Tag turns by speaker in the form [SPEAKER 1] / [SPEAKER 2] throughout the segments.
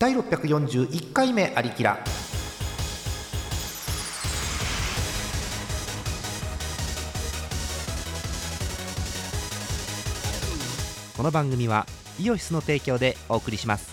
[SPEAKER 1] 第641回目ありきらこの番組はイオシスの提供でお送りします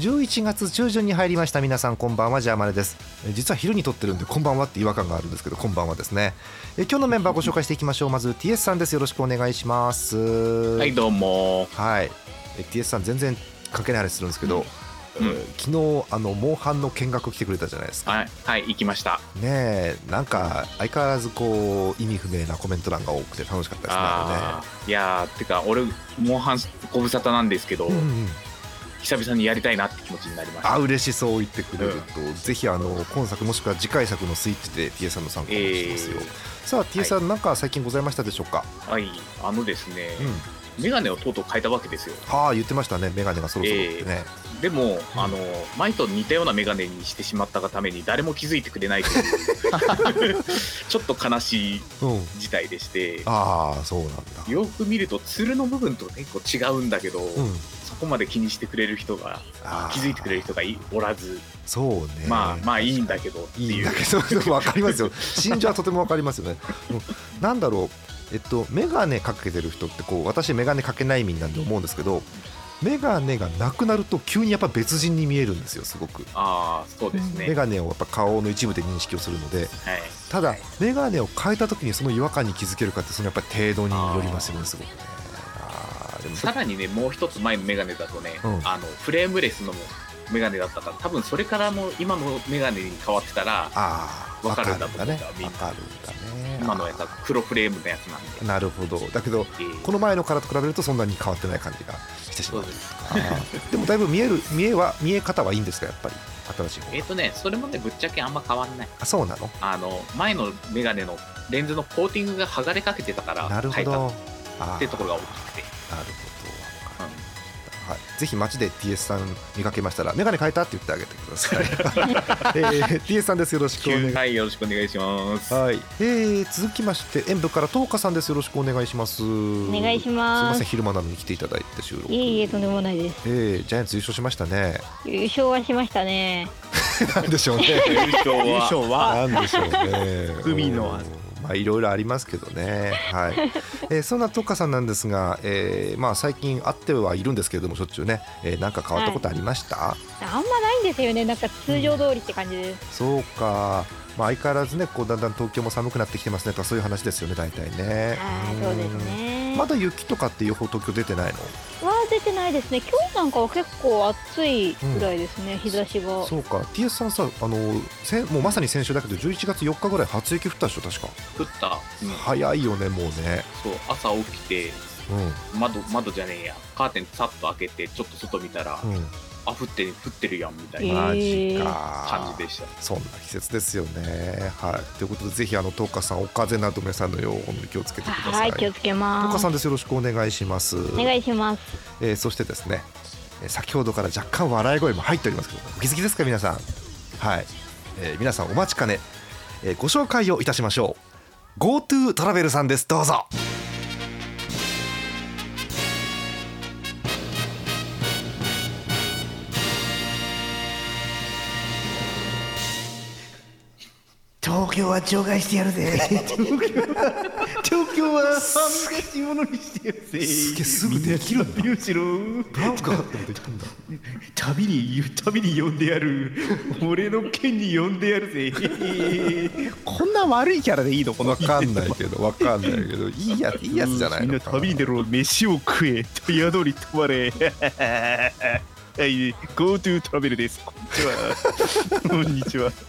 [SPEAKER 1] 11月中旬に入りました皆さんこんばんはジャーマネですえ実は昼に撮ってるんでこんばんはって違和感があるんですけどこんばんはですねえ今日のメンバーご紹介していきましょうまず TS さんですよろしくお願いします
[SPEAKER 2] はいどうも
[SPEAKER 1] はい、え TS さん全然関係ない話するんですけど、
[SPEAKER 2] うん
[SPEAKER 1] えー昨日あのモンハンの見学来てくれたじゃないですか
[SPEAKER 2] はいはい行きました
[SPEAKER 1] ねえなんか相変わらずこう意味不明なコメント欄が多くて楽しかったですねあ
[SPEAKER 2] あーいやーてか俺モンハンご無沙汰なんですけど、
[SPEAKER 1] れねうんうん、
[SPEAKER 2] 久々にやりたいなって気持ちになりました
[SPEAKER 1] あ嬉しそう言ってくれると、ぜひあの今作もしくは次回作のスイッチで TS さんの参考にしてますよ、
[SPEAKER 2] え
[SPEAKER 1] さあ TS さん、なんか最近ございましたでしょうか、
[SPEAKER 2] はいあのですね、
[SPEAKER 1] うん、
[SPEAKER 2] メガネをとうとう変えたわけですよ
[SPEAKER 1] ああ言ってましたねメガネがそろそろってね、
[SPEAKER 2] でも、
[SPEAKER 1] うん
[SPEAKER 2] あの前と似たようなメガネにしてしまったがために誰も気づいてくれないという ちょっと悲しい
[SPEAKER 1] うん
[SPEAKER 2] 事態でして
[SPEAKER 1] ああそうなんだ
[SPEAKER 2] よく見るとつるの部分と結構違うんだけど、
[SPEAKER 1] うん
[SPEAKER 2] そこまで気にしてくれる人が
[SPEAKER 1] あー
[SPEAKER 2] 気づいてくれる人がいおらず
[SPEAKER 1] そうね
[SPEAKER 2] まあまあいいんだけどって
[SPEAKER 1] いい
[SPEAKER 2] い
[SPEAKER 1] ん
[SPEAKER 2] う
[SPEAKER 1] だけど、 でも分かりますよ、心情はとても分かりますよね。うんなんだろう、えっと、眼鏡かけてる人ってこう、私、眼鏡かけない身なんで思うんですけど、眼鏡がなくなると、急にやっぱ別人に見えるんですよ、すごく。
[SPEAKER 2] ああそうですね、
[SPEAKER 1] 眼鏡をやっぱ顔の一部で認識をするので、
[SPEAKER 2] はい、
[SPEAKER 1] ただ、眼鏡を変えた時にその違和感に気づけるかって、そのやっぱり程度によりますよね、すごくね。あーでも
[SPEAKER 2] さらにねもう一つ前のメガネだとね、
[SPEAKER 1] うん
[SPEAKER 2] あのフレームレスのメガネだったから多分それからの今のメガネに変わってたら
[SPEAKER 1] あー、
[SPEAKER 2] わかるんだ
[SPEAKER 1] わかるんだね
[SPEAKER 2] と思った。
[SPEAKER 1] わか
[SPEAKER 2] みんな
[SPEAKER 1] るんだね。
[SPEAKER 2] 今のやつは黒フレームのやつなんで、
[SPEAKER 1] なるほど、だけど、
[SPEAKER 2] えー
[SPEAKER 1] この前のからと比べるとそんなに変わってない感じがしてし
[SPEAKER 2] そ
[SPEAKER 1] ま
[SPEAKER 2] う
[SPEAKER 1] う
[SPEAKER 2] です
[SPEAKER 1] あー でもだいぶ見える見えは見え方はいいんですかやっぱり新しい
[SPEAKER 2] え
[SPEAKER 1] 方
[SPEAKER 2] っ、
[SPEAKER 1] が
[SPEAKER 2] とねそれもねぶっちゃけあんま変わんない
[SPEAKER 1] あそうなの
[SPEAKER 2] あの前のメガネのレンズのコーティングが剥がれかけてたから
[SPEAKER 1] なるほ
[SPEAKER 2] 変えたっ
[SPEAKER 1] どあーな
[SPEAKER 2] て
[SPEAKER 1] る
[SPEAKER 2] と
[SPEAKER 1] ほ
[SPEAKER 2] こ
[SPEAKER 1] ど
[SPEAKER 2] ろが大きくて、
[SPEAKER 1] わかったはい、ぜひ街で TS さん見かけましたら眼鏡変えたって言ってあげてください、えー TS さんですよろしくお願
[SPEAKER 2] う
[SPEAKER 1] い
[SPEAKER 2] ん、はいよろしくお願いします
[SPEAKER 1] はい、えー、続きまして演舞から東花さんですよろしくお願いしますお
[SPEAKER 3] お願いします
[SPEAKER 1] みません
[SPEAKER 3] す
[SPEAKER 1] 昼間なのに来ていただいて収録
[SPEAKER 3] いえいえとんでもないです
[SPEAKER 1] えージャイアンツ優勝しましたね
[SPEAKER 3] 優勝はしましたね
[SPEAKER 1] なんでしょうね
[SPEAKER 2] 優勝は
[SPEAKER 4] 優勝は。
[SPEAKER 1] なんでしょうね
[SPEAKER 4] 海の
[SPEAKER 1] うん。まあいろいろありますけどね。はい。えーそんなトカさんなんですが、えーまあ最近会ってはいるんですけれどもしょっちゅうね、えーなんか変わったことありました？
[SPEAKER 3] あんまないんですよねなんか通常通りって感じです、
[SPEAKER 1] そうか。まあ相変わらずね、こうだんだん東京も寒くなってきてますねとかそういう話ですよね大体ね。
[SPEAKER 3] ああそうです
[SPEAKER 1] う
[SPEAKER 3] ね
[SPEAKER 1] ん。まだ雪とかって予報東京出てないの？
[SPEAKER 3] は出てないですね今日なんかは結構暑いぐらいですね、日差しが
[SPEAKER 1] そうか。T.S さんさ、あのせんもうまさに先週だけど11月4日ぐらい初雪降ったでしょ確か。
[SPEAKER 2] 降った、うん
[SPEAKER 1] 早いよねもうね。
[SPEAKER 2] そう朝起きて
[SPEAKER 1] う
[SPEAKER 2] 窓窓じゃねえやカーテンさっと開けてちょっと外見たら、
[SPEAKER 1] ん。うん。
[SPEAKER 2] あ降ってる降ってるやんみたいな
[SPEAKER 1] マジ
[SPEAKER 3] え
[SPEAKER 1] か。
[SPEAKER 2] 感じでした、
[SPEAKER 1] そんな季節ですよね。はい、ということで、ぜひあの東花さん、お風邪など皆さんのよう本当に気をつけてください。
[SPEAKER 3] はい気をつけま
[SPEAKER 1] 東
[SPEAKER 3] す
[SPEAKER 1] 花さんです。よろしくお願いします。
[SPEAKER 3] お願いします
[SPEAKER 1] えーそしてですね、えー先ほどから若干笑い声も入っておりますけど、お気づきですか皆さん。はい、えー皆さんお待ちかね、えーご紹介をいたしましょう。GoTo トラベルさんです。どうぞ。
[SPEAKER 4] 東京は除外してやるぜ 東京は難しいものにしてやるぜ
[SPEAKER 1] すげえすぐできるんだ
[SPEAKER 4] みんな旅をしろ
[SPEAKER 1] ブランクがあったこと言ったんだ。
[SPEAKER 4] 旅に旅に呼んでやる俺の県に呼んでやるぜ こんな悪いキャラでいいのこの
[SPEAKER 1] わかんないけど、わかんないけど、いいやつ、いいやつじゃない
[SPEAKER 4] みん
[SPEAKER 1] の
[SPEAKER 4] な
[SPEAKER 1] か。
[SPEAKER 4] 旅に出ろ飯を食え宿に泊まれ はい GoTo トラベルですこんにちはこんにちは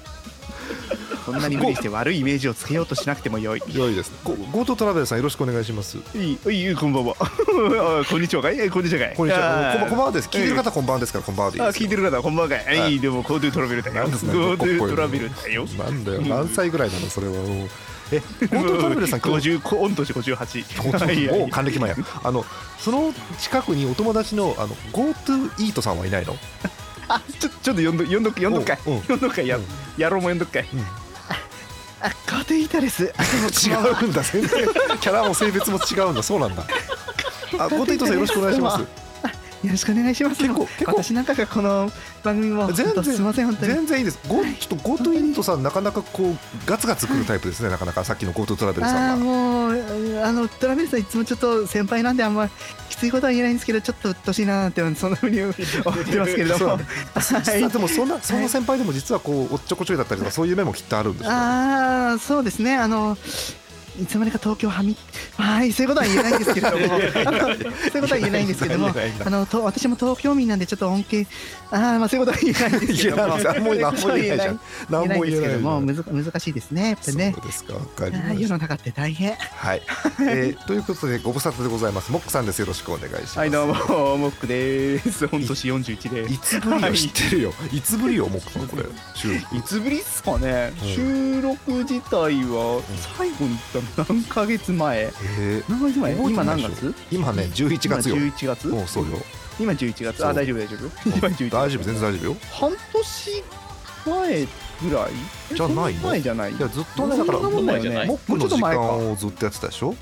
[SPEAKER 4] こんなに無理して悪いイメージをつけようとしなくても よい
[SPEAKER 1] 良いです。ゴ GoTo トラベルさん、よろしくお願いします。
[SPEAKER 4] いいいいこんばんは あこんにちはかいえこんにちはかい
[SPEAKER 1] こんにちは。こんばんこんばんはです。聞いてる
[SPEAKER 4] か
[SPEAKER 1] 方こんばんはですから、こんばんはでいい
[SPEAKER 4] あ
[SPEAKER 1] です
[SPEAKER 4] 聞い
[SPEAKER 1] よ。
[SPEAKER 4] てる方こんばんはかい、
[SPEAKER 1] は
[SPEAKER 4] はいい、でも GoTo トラベルだよ
[SPEAKER 1] なんですか
[SPEAKER 4] GoTo トラベルだよ
[SPEAKER 1] なんだよ。何歳ぐらいなのそれは。もうえ、ゴートトラベ ルさん、今日。
[SPEAKER 4] 50こ御年58はいはい
[SPEAKER 1] おお、還暦前や。あの、その近くにお友達の、あの、GoTo イートさんはいないの。
[SPEAKER 4] あちょちょっと呼んど呼んどく呼んどっかい
[SPEAKER 1] おうん
[SPEAKER 4] 呼んどっかいや
[SPEAKER 1] うん
[SPEAKER 4] やろうも呼んどっかい
[SPEAKER 1] うん
[SPEAKER 4] あ家庭イタです
[SPEAKER 1] 違うんだ。全然。キャラも性別も違うんだ。そうなんだ。あ、GoTo イートさん、よろしくお願いします。
[SPEAKER 4] よろしくお願いしますよ
[SPEAKER 1] 結構結構
[SPEAKER 4] 私なんかがこの番組も
[SPEAKER 1] 全然
[SPEAKER 4] 本当すいません本当に
[SPEAKER 1] 全然いいです、ゴちょっと GoTo イートさん、なかなかこうガツガツくるタイプですね、なかなかさっきの GoTo トラベル
[SPEAKER 4] あ
[SPEAKER 1] さ
[SPEAKER 4] あー
[SPEAKER 1] んは。
[SPEAKER 4] もうあのトラベルさんいつもちょっと先輩なんであんまきついことは言えないんですけどちょっと鬱陶しいなーってそんなふうに思ってますけれど
[SPEAKER 1] そうな
[SPEAKER 4] も は
[SPEAKER 1] ん実
[SPEAKER 4] い
[SPEAKER 1] はでもそんなそんな先輩でも実はこうおっちょこちょいだったりとかそういう面もきっとあるんですよ、ね、
[SPEAKER 4] ああそうですねあのいつまでか東京はみはいそういうことは言えないんですけれどもあのそういうことは言えないんですけれども
[SPEAKER 1] 言えないんだ
[SPEAKER 4] あのと私も東京民なんでちょっと恩恵ああまあそういうことは言えないんですけ
[SPEAKER 1] いや
[SPEAKER 4] ど
[SPEAKER 1] なんかあんまり何も言えないじゃん何も
[SPEAKER 4] 言えないんで
[SPEAKER 1] 言えな
[SPEAKER 4] すけ
[SPEAKER 1] い
[SPEAKER 4] ど
[SPEAKER 1] よ
[SPEAKER 4] もむず難しいですねやっぱりね
[SPEAKER 1] そうですかわか
[SPEAKER 4] あ
[SPEAKER 1] りま
[SPEAKER 4] ー世
[SPEAKER 1] した
[SPEAKER 4] の中って大変
[SPEAKER 1] はい、えーということでご無沙汰でございますモックさんですよろしくお願いします
[SPEAKER 4] はいどうもモックです本年41です
[SPEAKER 1] いつぶり
[SPEAKER 4] は
[SPEAKER 1] よ
[SPEAKER 4] い
[SPEAKER 1] 知ってるよいつぶりよモックさ んこれ収録
[SPEAKER 4] いつぶりっすかね、
[SPEAKER 1] うん
[SPEAKER 4] 収録自体は最後に行ったの何ヶ月前
[SPEAKER 1] えー
[SPEAKER 4] 何ヶ月前
[SPEAKER 1] 覚えて
[SPEAKER 4] 今
[SPEAKER 1] ない
[SPEAKER 4] 何
[SPEAKER 1] でしょ
[SPEAKER 4] 月
[SPEAKER 1] 今ね11月よ
[SPEAKER 4] 今11月
[SPEAKER 1] もうそうよ
[SPEAKER 4] 今11月
[SPEAKER 1] そう
[SPEAKER 4] あ大丈夫大丈夫今11月
[SPEAKER 1] 大丈夫全然大丈夫よ
[SPEAKER 4] 半年前ぐらいえ
[SPEAKER 1] じゃないの
[SPEAKER 4] そん前じゃない
[SPEAKER 1] いやずっとねだから
[SPEAKER 4] そんな
[SPEAKER 1] モ
[SPEAKER 4] もんだ
[SPEAKER 2] じゃ
[SPEAKER 4] よ
[SPEAKER 2] な
[SPEAKER 4] ね
[SPEAKER 2] い
[SPEAKER 1] ックの時間をずっとやってたでしょ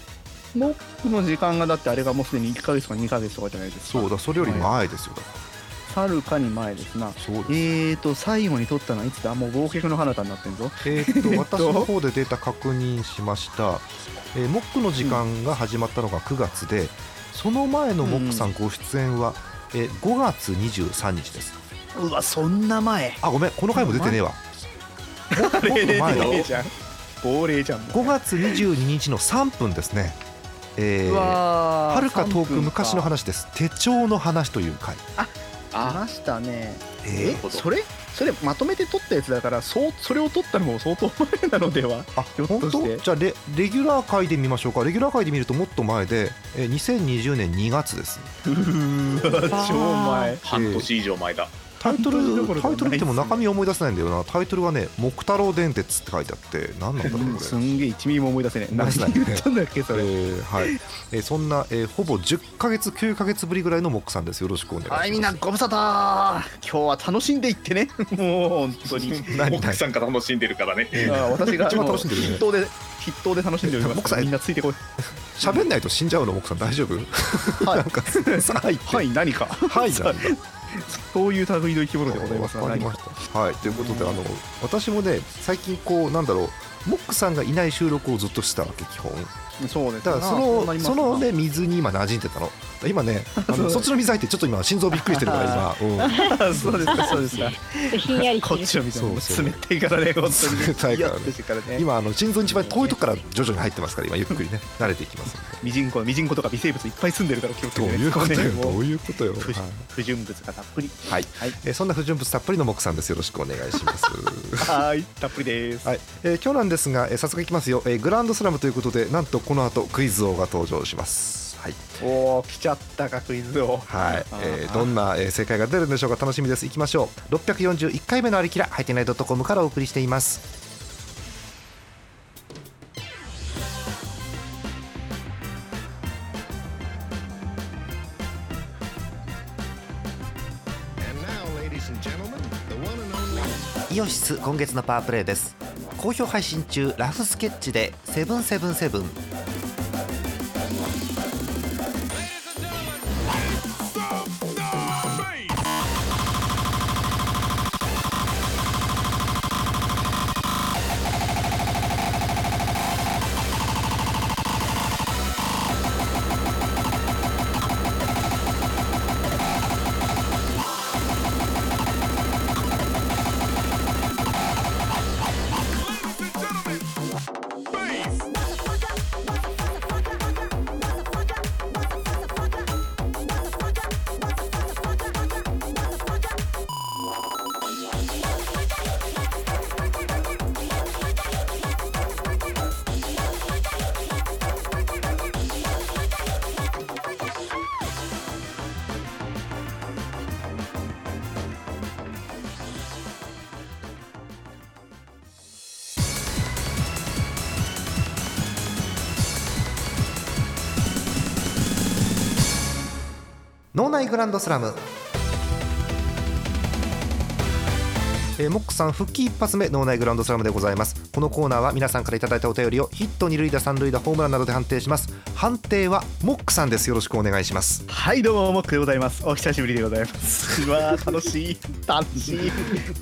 [SPEAKER 4] モックの時間がだってあれがもうすでに1ヶ月とか2ヶ月とかじゃないですか
[SPEAKER 1] そうだそれより前ですよだか
[SPEAKER 4] はるかに前ですな
[SPEAKER 1] らそうです
[SPEAKER 4] えーと最後に撮ったのはいつだもう忘却の彼方になってんぞ
[SPEAKER 1] えーっ と私の方でデータ確認しました、えー、モックの時間が始まったのが9月で、その前のモックさんご出演は、えー5月23日です
[SPEAKER 4] うわそんな前
[SPEAKER 1] あごめんこの回も出てねえわもっと
[SPEAKER 4] あれ
[SPEAKER 1] 前だ
[SPEAKER 4] 例じゃん亡霊じゃんもう
[SPEAKER 1] 5月22日の3分ですねえー
[SPEAKER 4] うわ
[SPEAKER 1] はるか遠く昔の話です手帳の話という回
[SPEAKER 4] あ
[SPEAKER 2] あ
[SPEAKER 4] ましたね
[SPEAKER 2] なる
[SPEAKER 1] え
[SPEAKER 2] ほど
[SPEAKER 4] それそれまとめて撮ったやつだからそうそれを撮ったのも相当前なのでは
[SPEAKER 1] あ
[SPEAKER 4] ひょっと
[SPEAKER 1] 本
[SPEAKER 4] して
[SPEAKER 1] 当じゃあレレギュラー回で見ましょうかレギュラー回で見るともっと前で、えー2020年2月です
[SPEAKER 4] うーわ超前
[SPEAKER 2] 半年以上前だ。
[SPEAKER 1] タイトル
[SPEAKER 4] 本当にどころじ
[SPEAKER 1] タ
[SPEAKER 4] ゃ
[SPEAKER 1] イ
[SPEAKER 4] ないっすね
[SPEAKER 1] トル見ても中身思い出せないんだよなタイトルはね「木太郎電鉄」って書いてあって何なんだろうこ
[SPEAKER 4] す
[SPEAKER 1] れ。
[SPEAKER 4] んげえ1ミリも思い出せねえ
[SPEAKER 1] 思い
[SPEAKER 4] 何
[SPEAKER 1] 出せない
[SPEAKER 4] 言ったんだっけ
[SPEAKER 1] え
[SPEAKER 4] それ
[SPEAKER 1] ーはいえーそんな、えーほぼ10ヶ月9ヶ月ぶりぐらいのモックさんですよろしくお願いします。
[SPEAKER 4] はいみんなご無沙汰今日は楽しんでいって ねもう本 当に
[SPEAKER 1] 何
[SPEAKER 2] 奥さんが楽しんでるからね。
[SPEAKER 4] ああ私が
[SPEAKER 1] 一番
[SPEAKER 4] もう
[SPEAKER 1] 楽しんでるね
[SPEAKER 4] 筆頭で筆頭で楽しんでおります
[SPEAKER 1] 僕さ
[SPEAKER 4] みんなついてこい
[SPEAKER 1] 喋んないと死んじゃうのモックさん大丈夫
[SPEAKER 4] はい
[SPEAKER 1] なんかさはいって
[SPEAKER 4] はい何か
[SPEAKER 1] はいなんだ
[SPEAKER 4] そういう類の生き物でございます
[SPEAKER 1] わかりました。はい、ということで、あの、私もね、最近こう、なんだろう。モックさんがいない収録をずっとしてたわけ基本
[SPEAKER 4] 何そうです
[SPEAKER 1] だからそ
[SPEAKER 4] あな
[SPEAKER 1] の
[SPEAKER 4] ります
[SPEAKER 1] そのね水に今馴染んでたの今ねあ
[SPEAKER 4] そう
[SPEAKER 1] のそっちの水入ってちょっと今心臓びっくりしてるから今、うん、
[SPEAKER 4] あ そうですかそうですか
[SPEAKER 3] ひんやりして
[SPEAKER 4] こ
[SPEAKER 3] る
[SPEAKER 4] っちを見ても
[SPEAKER 1] そうそう
[SPEAKER 4] 冷たいからね本当に
[SPEAKER 1] 冷たいからね
[SPEAKER 4] イヤッとしてからね
[SPEAKER 1] 今あの心臓に一番遠いとこから徐々に入ってますから今ゆっく りね慣れていきますん
[SPEAKER 4] ミジンコはミジンコとか微生物いっぱい住んでるから気をつけ
[SPEAKER 1] でど
[SPEAKER 4] て
[SPEAKER 1] う
[SPEAKER 4] ね
[SPEAKER 1] いうことよ
[SPEAKER 4] そこね
[SPEAKER 1] ど
[SPEAKER 4] もう
[SPEAKER 1] ういうことよ、
[SPEAKER 4] 不純
[SPEAKER 1] は
[SPEAKER 4] 不純物がたっぷり
[SPEAKER 1] い、
[SPEAKER 4] はい
[SPEAKER 1] えーそんな不純物たっぷりの木さんですよろしくお願いします
[SPEAKER 4] はーいたっぷりです
[SPEAKER 1] はい、 えー今日なんですが、えー早速いきますよ、えーグランドスラムということでなんとこの後クイズ王が登場しますはい、
[SPEAKER 4] おお来ちゃったかクイズを
[SPEAKER 1] はい
[SPEAKER 4] あー
[SPEAKER 1] えーどんな、えー正解が出るんでしょうか楽しみですいきましょう641回目のありきらハイテナイドットコムからお送りしていますイオシス今月のパワープレイです好評配信中ラフスケッチでセブンセブンセブン脳内グランドスラムえーモックさん復帰一発目脳内グラウンドスラムでございますこのコーナーは皆さんからいただいたお便りをヒット二塁打三塁打ホームランなどで判定します判定はモックさんですよろしくお願いします
[SPEAKER 4] はいどうもモックでございますお久しぶりでございます うわー楽しい楽しい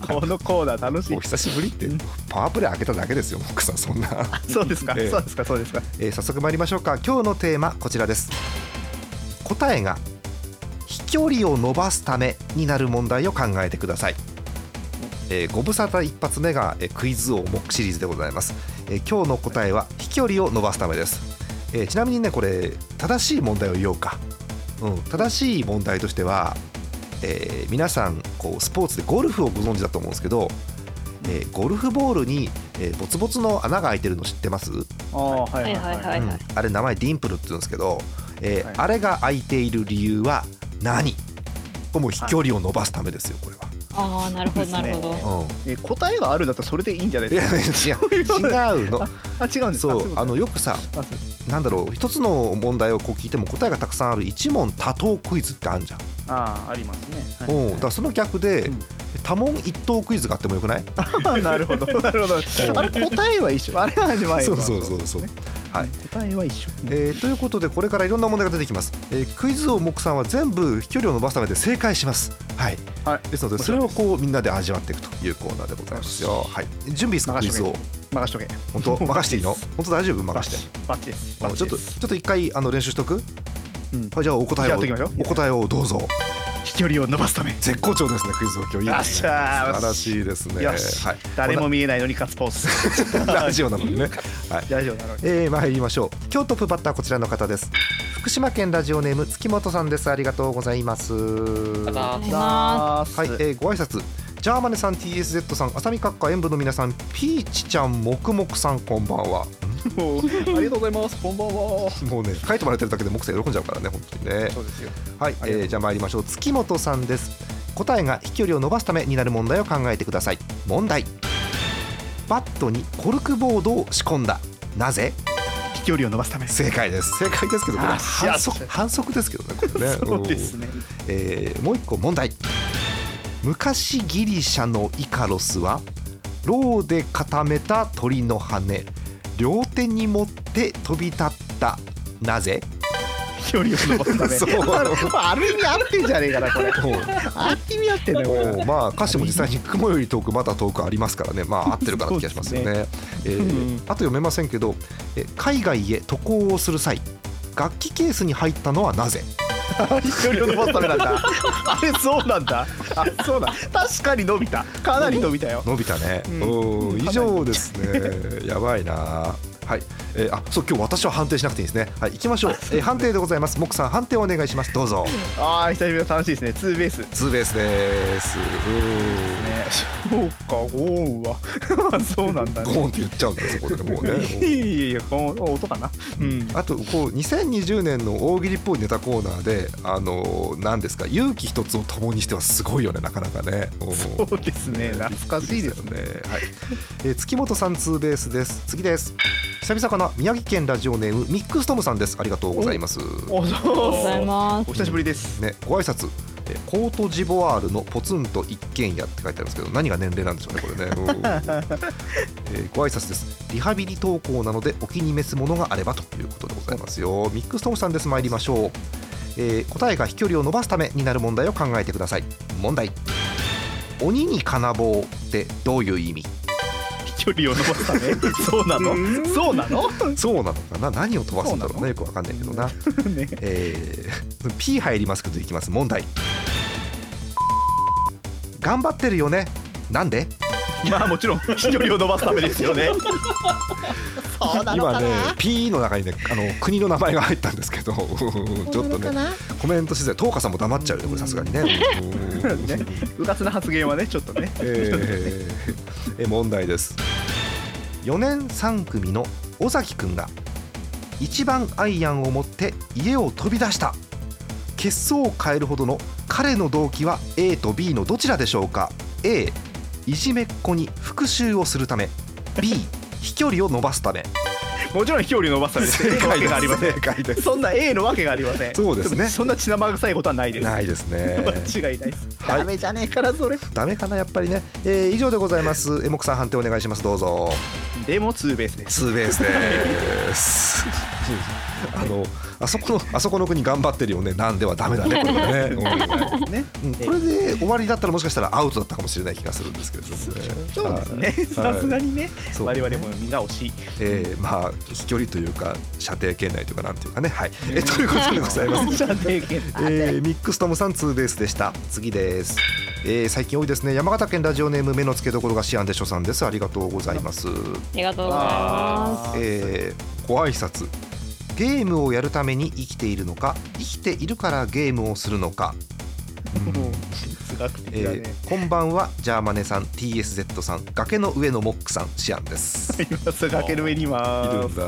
[SPEAKER 4] このコーナー楽しい
[SPEAKER 1] お久しぶりってパワープレイ開けただけですよモックさんそんな、
[SPEAKER 4] そうですか、
[SPEAKER 1] ええ
[SPEAKER 4] そうですかそうですか
[SPEAKER 1] えー早速参りましょうか今日のテーマこちらです答えが飛距離を伸ばすためになる問題を考えてください、えーご無沙汰一発目が、えークイズ王モックシリーズでございます、えー今日の答えは飛距離を伸ばすためです、えーちなみにねこれ正しい問題を言おうか、うん、正しい問題としては、えー皆さんこうスポーツでゴルフをご存知だと思うんですけど、えーゴルフボールに、えーボツボツの穴が開いてるの知ってます
[SPEAKER 4] ああはい
[SPEAKER 3] はいはいはい
[SPEAKER 1] うんあれ名前ディンプルって言うんですけど、えー
[SPEAKER 4] はい
[SPEAKER 1] あれが空いている理由は何もう飛距離を伸ばすためですよこれは。
[SPEAKER 3] ああなるほどなるほど、
[SPEAKER 4] です
[SPEAKER 1] うん
[SPEAKER 4] え答えがあるんだったらそれでいいんじゃない
[SPEAKER 1] い
[SPEAKER 4] で
[SPEAKER 1] や
[SPEAKER 4] すか
[SPEAKER 1] 違う違うの
[SPEAKER 4] あ違うんですか
[SPEAKER 1] そうあのよくさ
[SPEAKER 4] あそうです
[SPEAKER 1] なんだろう一つの問題をこう聞いても答えがたくさんある一問多答クイズってあるじゃん、
[SPEAKER 4] あーありますね、はい
[SPEAKER 1] うんだからその逆で、
[SPEAKER 4] うん
[SPEAKER 1] 多問一答クイズがあってもよくない
[SPEAKER 4] あなるほど、なるほど。あれ答えは一緒。あれは始まり。
[SPEAKER 1] そうそうそうそうはい。
[SPEAKER 4] 答えは一緒。
[SPEAKER 1] えーということでこれからいろんな問題が出てきます、えークイズ王目さんは全部飛距離を伸ばすためで正解しますはい、
[SPEAKER 4] はい
[SPEAKER 1] ですのでそれをこうみんなで味わっていくというコーナーでございますよ、はい、準備いいですかクイ
[SPEAKER 4] 任し
[SPEAKER 1] ズ
[SPEAKER 4] と
[SPEAKER 1] 王
[SPEAKER 4] け任しとけ。
[SPEAKER 1] 本 当任していいの本当大丈夫任して
[SPEAKER 4] バッチです。
[SPEAKER 1] あ
[SPEAKER 4] バ
[SPEAKER 1] の
[SPEAKER 4] ッ
[SPEAKER 1] ち
[SPEAKER 4] チ
[SPEAKER 1] ょっ
[SPEAKER 4] で
[SPEAKER 1] と
[SPEAKER 4] す
[SPEAKER 1] ちょっと一回あの練習しとく、
[SPEAKER 4] うん
[SPEAKER 1] はい、じゃあお答え
[SPEAKER 4] や
[SPEAKER 1] を
[SPEAKER 4] っていきましょう
[SPEAKER 1] お答えをどうぞ
[SPEAKER 4] 飛距離を伸ばすため。
[SPEAKER 1] 絶好調ですねクイズ王今日いい
[SPEAKER 4] よっ
[SPEAKER 1] です
[SPEAKER 4] し
[SPEAKER 1] ね
[SPEAKER 4] ゃー
[SPEAKER 1] 素晴らしいですね
[SPEAKER 4] よし
[SPEAKER 1] はい、
[SPEAKER 4] 誰も見えないのに勝つポーズ。
[SPEAKER 1] ラジオなのにねはい
[SPEAKER 4] 大丈夫なのに。
[SPEAKER 1] えー、参りましょう今日トップバッターこちらの方です福島県ラジオネーム月本さんですありがとうございますは
[SPEAKER 3] ありがとうございま
[SPEAKER 4] ま
[SPEAKER 1] い、えー、ご挨拶ジャーマネさん TSZ さん浅見閣下演舞の皆さんピーチちゃんもくもくさんこんばんは
[SPEAKER 4] もうありがとうございます。こんばんは。
[SPEAKER 1] もうね書いてもらってるだけでもくさん喜んじゃうからね本当にね
[SPEAKER 4] そうですよ。
[SPEAKER 1] はい、えーじゃあ参りましょう月本さんです答えが飛距離を伸ばすためになる問題を考えてください問題バットにコルクボードを仕込んだなぜ
[SPEAKER 4] 飛距離を伸ばすため。
[SPEAKER 1] 正解です正解ですけどこれ
[SPEAKER 4] あいや
[SPEAKER 1] 反則
[SPEAKER 4] そう
[SPEAKER 1] 反則ですけどねこ れね
[SPEAKER 4] そうですね。
[SPEAKER 1] うんえーもう一個問題昔ギリシャのイカロスはローで固めた鳥の羽両手に持って飛び立ったなぜ
[SPEAKER 4] 飛距離を伸ばすため。
[SPEAKER 1] そう
[SPEAKER 4] あれある意味合ってんじゃねえかなこれ。
[SPEAKER 1] もう
[SPEAKER 4] ある意味合ってんだよこれ。
[SPEAKER 1] もうまあ歌詞も実際に雲より遠くまだ遠くありますからねま あ合ってるかなって気がしますよね。えー
[SPEAKER 4] うん
[SPEAKER 1] あと読めませんけどえ海外へ渡航をする際楽器ケースに入ったのはなぜ
[SPEAKER 4] 飛距離を伸ばすためなんだ。あれそうなんだ。あそうだ。確かに伸びた。かなり伸びたよ。
[SPEAKER 1] 伸びたね。
[SPEAKER 4] うん
[SPEAKER 1] うん、以上です ね。やばいな。はい、えーあ、そう、今日私は判定しなくていいですね。はい、行きま しょう。えー判定でございます。モックさん、判定をお願いします。どうぞ。
[SPEAKER 4] ああ久しぶり楽しいですね。ツーベース。ね。
[SPEAKER 1] ツーベースです。う
[SPEAKER 4] そうかゴーンは。 そうなんだ
[SPEAKER 1] ん。ゴーンって言っちゃうんだよ、そこでもうね。
[SPEAKER 4] いやいやいやゴーン音かな。うん。
[SPEAKER 1] あとこう2020年の大喜利っぽいネタコーナーで、あのー、何ですか勇気一つを共にしてはすごいよねなかなかね。おー
[SPEAKER 4] そうですね。懐かしいですね。
[SPEAKER 1] ね。はい。えー月本さんツーベースです。次です。久々かな宮城県ラジオネームミックストムさんです。ありがとうございます。
[SPEAKER 4] お
[SPEAKER 3] ありがとうござい
[SPEAKER 4] そう。
[SPEAKER 3] ます
[SPEAKER 4] お久しぶりです。
[SPEAKER 1] ねご挨拶。えーコートジボワールのポツンと一軒家って書いてあるんですけど何が年齢なんでしょうねこ れね、うんえーご挨拶ですリハビリ投稿なのでお気に召すものがあればということでございますよミックストムさんです参りましょう、えー答えが飛距離を伸ばすためになる問題を考えてください問題鬼に金棒ってどういう意味
[SPEAKER 4] 飛距離を伸ばすため。そうなの。そうなの。
[SPEAKER 1] そうなのかな何を飛ばすんだろうねよくわかんないけどな、
[SPEAKER 4] ね。
[SPEAKER 1] えー、P 入りますけどいきます問題頑張ってるよねなんで
[SPEAKER 4] まあもち ろん飛距離を伸ばすためですよね。そうなの
[SPEAKER 1] 今
[SPEAKER 4] か
[SPEAKER 1] ね
[SPEAKER 4] な。
[SPEAKER 1] P の中にねあの国の名前が入ったんですけどちょっとねコメントしづらい東花さんも黙っちゃうよこれさすがにねうん
[SPEAKER 4] ねうかつな発言はねちょっとね。
[SPEAKER 1] えーえ問題です4年3組の尾崎くんが一番アイアンを持って家を飛び出した結相を変えるほどの彼の動機は A と B のどちらでしょうか A いじめっ子に復讐をするため B 飛距離を伸ばすため
[SPEAKER 4] もちろん飛距離のおばさんです。
[SPEAKER 1] 正解
[SPEAKER 4] わけ
[SPEAKER 1] で
[SPEAKER 4] がありますせん
[SPEAKER 1] 正解です
[SPEAKER 4] そんな A のわけがありません。
[SPEAKER 1] そうですね
[SPEAKER 4] そんな血生臭いことはないです。
[SPEAKER 1] ないです ね
[SPEAKER 4] 間違いないです。
[SPEAKER 1] はい
[SPEAKER 4] ダメじゃねえからそれ。
[SPEAKER 1] ダメかなやっぱりね、えー以上でございますエモクさん判定お願いしますどうぞ
[SPEAKER 4] でもツーベースです。
[SPEAKER 1] ツーベースです あのあそこのあそこの国頑張ってるよねなんではダメだねこれはね、
[SPEAKER 4] ね。
[SPEAKER 1] うんうんこれで終わりだったらもしかしたらアウトだったかもしれない気がするんですけれどもね
[SPEAKER 4] そうですね。
[SPEAKER 1] はい
[SPEAKER 4] さすがにね。
[SPEAKER 1] そう
[SPEAKER 4] 我々もみんな惜 しい。
[SPEAKER 1] えーまあ飛距離というか射程圏内というかなんていうかねはい、えーということでございます
[SPEAKER 4] じゃあ定見
[SPEAKER 1] えーミックストムさんツーベースでした次です、えー最近多いですね山形県ラジオネーム目の付けどころがシアンでしょさんですありがとうございます、
[SPEAKER 3] ありがとうございま
[SPEAKER 1] えーご挨拶ゲームをやるために生きているのか生きているからゲームをするのか、
[SPEAKER 4] もう哲学的だ
[SPEAKER 1] え
[SPEAKER 4] ね。
[SPEAKER 1] ーこんばんはジャーマネさん TSZ さん崖の上のモックさんシアンです
[SPEAKER 4] 今すぐ崖の上にいます。
[SPEAKER 1] いるんだ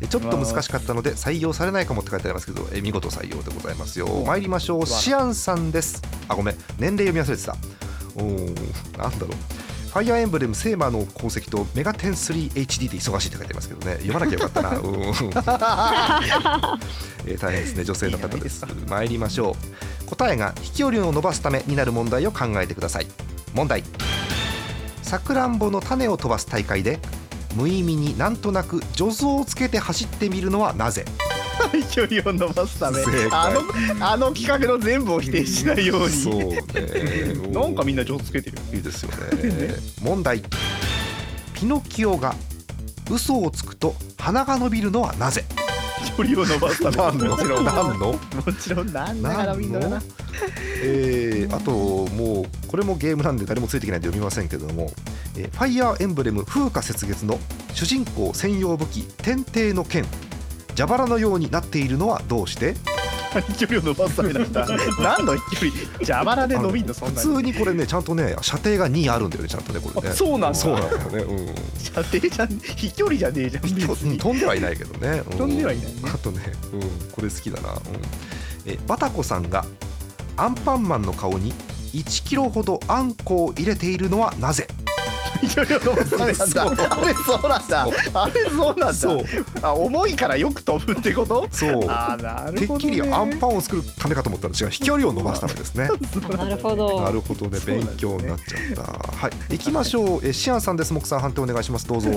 [SPEAKER 1] えちょっと難しかったので採用されないかもって書いてありますけどえ見事採用でございますよ参りましょうシアンさんですあごめん年齢読み忘れてたおーなんだろうファイアーエンブレムセーマーの功績とメガテン 3HD で忙しいって書いてありますけどね読まなきゃよかったなうーんえー大変ですね女性の方です参りましょう答えが飛距離を伸ばすためになる問題を考えてください問題さくらんぼの種を飛ばす大会で無意味になんとなく助走をつけて走ってみるのはなぜ
[SPEAKER 4] 距離を伸ばすため
[SPEAKER 1] 正解
[SPEAKER 4] あのあの企画の全部を否定しないよう
[SPEAKER 1] そう
[SPEAKER 4] に
[SPEAKER 1] ね
[SPEAKER 4] なんかみんな上手つけてるよね
[SPEAKER 1] いいですよ ね問題ピノキオが嘘をつくと鼻が伸びるのはなぜ
[SPEAKER 4] 距離を伸ばすため
[SPEAKER 1] 何の
[SPEAKER 4] もちろ ん
[SPEAKER 1] 何の
[SPEAKER 4] もちろんなんだからみ
[SPEAKER 1] 何
[SPEAKER 4] んなだな
[SPEAKER 1] のえーあともうこれもゲームなんで誰もついてきないんで読みませんけれども「えーファイアーエンブレム風化雪月」の主人公専用武器天帝の剣蛇腹のようになっているのはどうして
[SPEAKER 4] 距離を伸ばすためなんだ何の飛距離蛇腹で伸びんのそんな
[SPEAKER 1] 普通にこれねちゃんとね射程が2あるんだよねちゃんとねこれね
[SPEAKER 4] あそうなんだ
[SPEAKER 1] そうなんだよねうん
[SPEAKER 4] 射程じゃん飛距離じゃねえじゃん別
[SPEAKER 1] ちょうん
[SPEAKER 4] に
[SPEAKER 1] 飛んではいないけどね、う
[SPEAKER 4] 飛んではいないね
[SPEAKER 1] あとね、うん、これ好きだな、うん、えバタコさんがアンパンマンの顔に1キロほどあんこを入れているのはなぜ
[SPEAKER 4] 距離を伸ばすためなんだあれそうなんだあれそうなん
[SPEAKER 1] そう
[SPEAKER 4] だあ重いからよく飛ぶってこと
[SPEAKER 1] そう
[SPEAKER 4] あーな
[SPEAKER 1] て
[SPEAKER 4] る
[SPEAKER 1] っ
[SPEAKER 4] ほど
[SPEAKER 1] き
[SPEAKER 4] ね
[SPEAKER 1] りアンパンを作るためかと思ったら違う飛距離を伸ばすためです ね
[SPEAKER 3] す。なるほど。
[SPEAKER 1] なるほどね
[SPEAKER 4] そうな
[SPEAKER 1] 勉
[SPEAKER 4] んですね
[SPEAKER 1] 強になっちゃった、はい行きましょうえシアンさんです木さん判定お願いしますどうぞ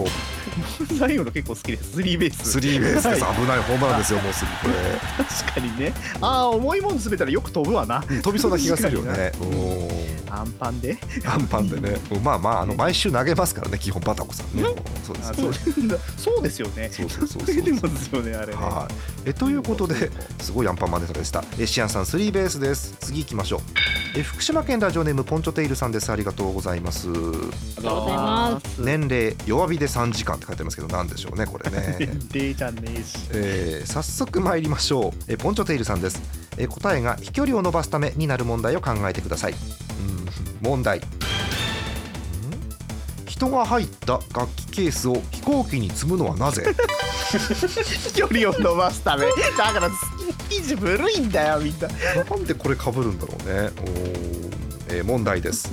[SPEAKER 4] 最後の結構好きですスリーベース
[SPEAKER 1] スリーベースです
[SPEAKER 4] は
[SPEAKER 1] 危ないホームランですよもうすぐこれ
[SPEAKER 4] い確かにねああ重いもん詰めたらよく飛ぶわな
[SPEAKER 1] うん飛びそうな気がするよね。
[SPEAKER 4] アンパンで
[SPEAKER 1] うんアンパンでね、うんまあまあ、あの毎週投げますからね、基本バタコさんね。そうです
[SPEAKER 4] あ
[SPEAKER 1] ね。
[SPEAKER 4] そうそうですよね
[SPEAKER 1] そうそうそう
[SPEAKER 4] 出て
[SPEAKER 1] そう。
[SPEAKER 4] ますよねあれね
[SPEAKER 1] はい。えということで、すごいアンパンマンでした。えシアンさんスリーベースです。次行きましょう。え福島県ラジオネームポンチョテイルさんです。ありがとうございます。
[SPEAKER 2] あ
[SPEAKER 3] りがとうござい
[SPEAKER 2] の
[SPEAKER 3] ま
[SPEAKER 1] 年齢弱火で3時間って書いてますけど、なんでしょうねこれ ね。
[SPEAKER 4] デーじゃねえし
[SPEAKER 1] えー早速参りましょう、えーポンチョテイルさんです、えー答えが飛距離を伸ばすためになる問題を考えてください、うん、問題ん人が入った楽器ケースを飛行機に積むのはなぜ
[SPEAKER 4] 距離を伸ばすためだからスキー古いんだよみんな
[SPEAKER 1] なんでこれ被るんだろうねおーえー問題です、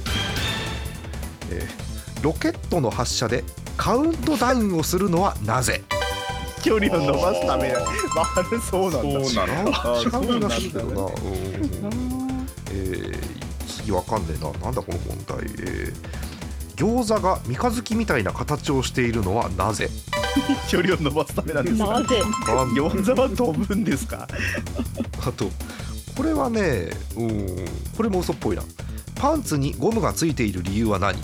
[SPEAKER 1] えーロケットの発射でカウントダウンをするのはなぜ
[SPEAKER 4] 距離を伸ばすためだ悪そうなんだ
[SPEAKER 2] そう
[SPEAKER 1] 違
[SPEAKER 2] な
[SPEAKER 1] う違う
[SPEAKER 2] の
[SPEAKER 1] 気がするけどな
[SPEAKER 4] そ
[SPEAKER 1] うんえー次わかんねえななんだこの問題、えー餃子が三日月みたいな形をしているのはなぜ
[SPEAKER 4] 距離を伸ばすためなんです
[SPEAKER 3] な
[SPEAKER 4] か
[SPEAKER 3] ぜ
[SPEAKER 1] なん
[SPEAKER 4] 餃子は飛ぶんですか
[SPEAKER 1] あとこれはねうんこれも嘘っぽいなパンツにゴムがついている理由は何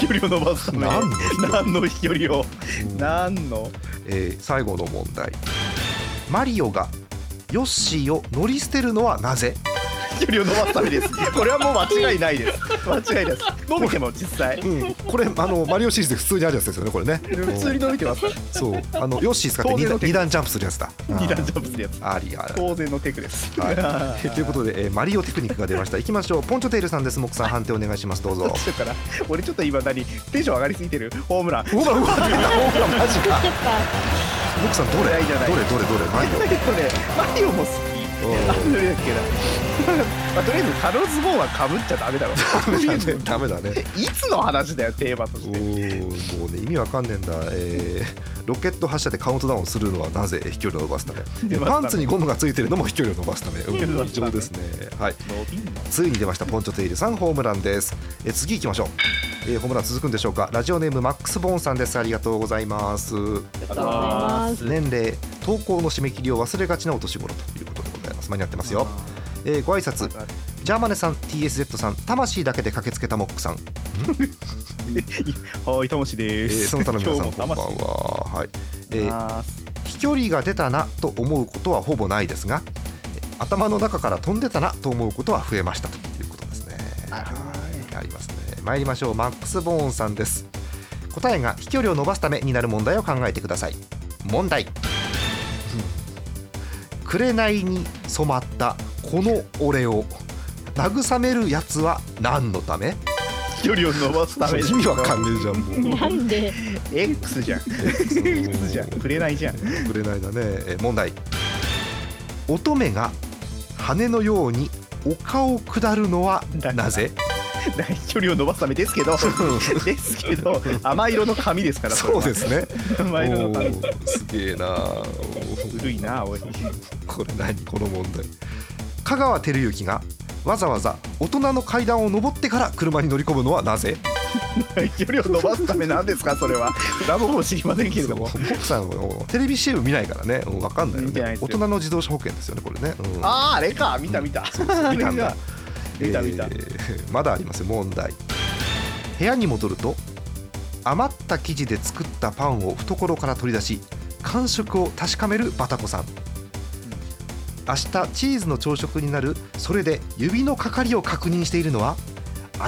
[SPEAKER 4] 距離を伸ばすため
[SPEAKER 1] 何の
[SPEAKER 4] 何の飛距離を
[SPEAKER 1] うん
[SPEAKER 4] 何の
[SPEAKER 1] えー最後の問題マリオがヨッシーを乗り捨てるのはなぜ
[SPEAKER 4] 距離を伸ばすためですこれはもう間違いないです間違いないです伸びても実際
[SPEAKER 1] うん、これあのマリオシリーズで普通にあるやつですよねこれね
[SPEAKER 4] 普通に伸びてます
[SPEAKER 1] うん そうあのヨッシー使って
[SPEAKER 4] 当然の
[SPEAKER 1] 2,
[SPEAKER 4] 手
[SPEAKER 1] 段ジャンプするやつだ
[SPEAKER 4] 二段ジャンプするやつ
[SPEAKER 1] ありあり
[SPEAKER 4] 当然のテクです
[SPEAKER 1] はい、ということで、えーマリオテクニックが出ました。行きましょう。ポンチョテイルさんです。木さん判定お願いします。どう
[SPEAKER 4] ど
[SPEAKER 1] ぞ
[SPEAKER 4] う。しようかな俺ちょっと今何テンション上がりすぎてるホームラン
[SPEAKER 1] うわうわうわマジか。
[SPEAKER 3] そっか。
[SPEAKER 1] 木さんどれ？
[SPEAKER 4] いやいやいや
[SPEAKER 1] どれどれどれマリ
[SPEAKER 4] だけどねマリオも好きなんだっけな、まあ、とりあえずカロズボンはかぶっちゃダメだろ
[SPEAKER 1] ダメだね ダメだね
[SPEAKER 4] いつの話だよテーマと
[SPEAKER 1] お
[SPEAKER 4] して
[SPEAKER 1] ーもうね意味わかんねえんだ、えーロケット発射でカウントダウンするのはなぜ飛距 離を伸ばすため
[SPEAKER 4] 出ました
[SPEAKER 1] パンツにゴムがついてるのも 飛距離を伸ばすためうん異常ですねはい
[SPEAKER 4] 伸びんの
[SPEAKER 1] ついに出ましたポンチョテイルさんホームランですえー次行きましょう、えーホームラン続くんでしょうかラジオネームマックス・ボーンさんですありがとうございます
[SPEAKER 3] ありがとうございます。
[SPEAKER 1] 年齢投稿の締め切りを忘れがちなお年頃ということでございます間に合ってますよ、えーご挨拶ジャーマネさん TSZ さん魂だけで駆けつけたモックさん
[SPEAKER 4] はい、ともし
[SPEAKER 1] え
[SPEAKER 4] で
[SPEAKER 1] ー
[SPEAKER 4] す。
[SPEAKER 1] その他の皆さん
[SPEAKER 4] 今日
[SPEAKER 1] こ
[SPEAKER 4] も
[SPEAKER 1] んばんは、はいえ
[SPEAKER 4] 魂
[SPEAKER 1] ー飛距離が出たなと思うことはほぼないですが頭の中から飛んでたなと思うことは増えましたということですね
[SPEAKER 4] なるほどね
[SPEAKER 1] はいありますね参りましょうマックス・ボーンさんです答えが飛距離を伸ばすためになる問題を考えてください問題紅に染まったこの俺を慰めるやつは何のため
[SPEAKER 4] 距離を伸ばすため
[SPEAKER 1] 意
[SPEAKER 4] に
[SPEAKER 1] 味わかんねえじゃんもう
[SPEAKER 3] なんで
[SPEAKER 4] X じゃん X じゃんくれないじゃん
[SPEAKER 1] くれないだね、えー問題乙女が羽のように丘を下るのはな ぜ
[SPEAKER 4] 距離を伸ばすためですけどですけど甘色の髪ですから
[SPEAKER 1] そうですすね
[SPEAKER 4] 甘色の髪
[SPEAKER 1] おーすげえなおー
[SPEAKER 4] 古いなおい
[SPEAKER 1] これ何この問題香川照之がわざわざ大人の階段を上ってから車に乗り込むのはなぜ
[SPEAKER 4] 距離を伸ばすためなんですかそれはラボも知りませんけれども
[SPEAKER 1] そう僕さんもテレビ CM 見ないからねうんわかんないよ
[SPEAKER 4] 見てない
[SPEAKER 1] ね
[SPEAKER 4] です
[SPEAKER 1] 大
[SPEAKER 4] よ
[SPEAKER 1] 人の自動車保険ですよねこれね、うん
[SPEAKER 4] あああれか見た見た
[SPEAKER 1] 見たんだ
[SPEAKER 4] 見た見た
[SPEAKER 1] えーまだありますよ問題部屋に戻ると余った生地で作ったパンを懐から取り出し感触を確かめるバタコさん明日チーズの朝食になるそれで指のかかりを確認しているのは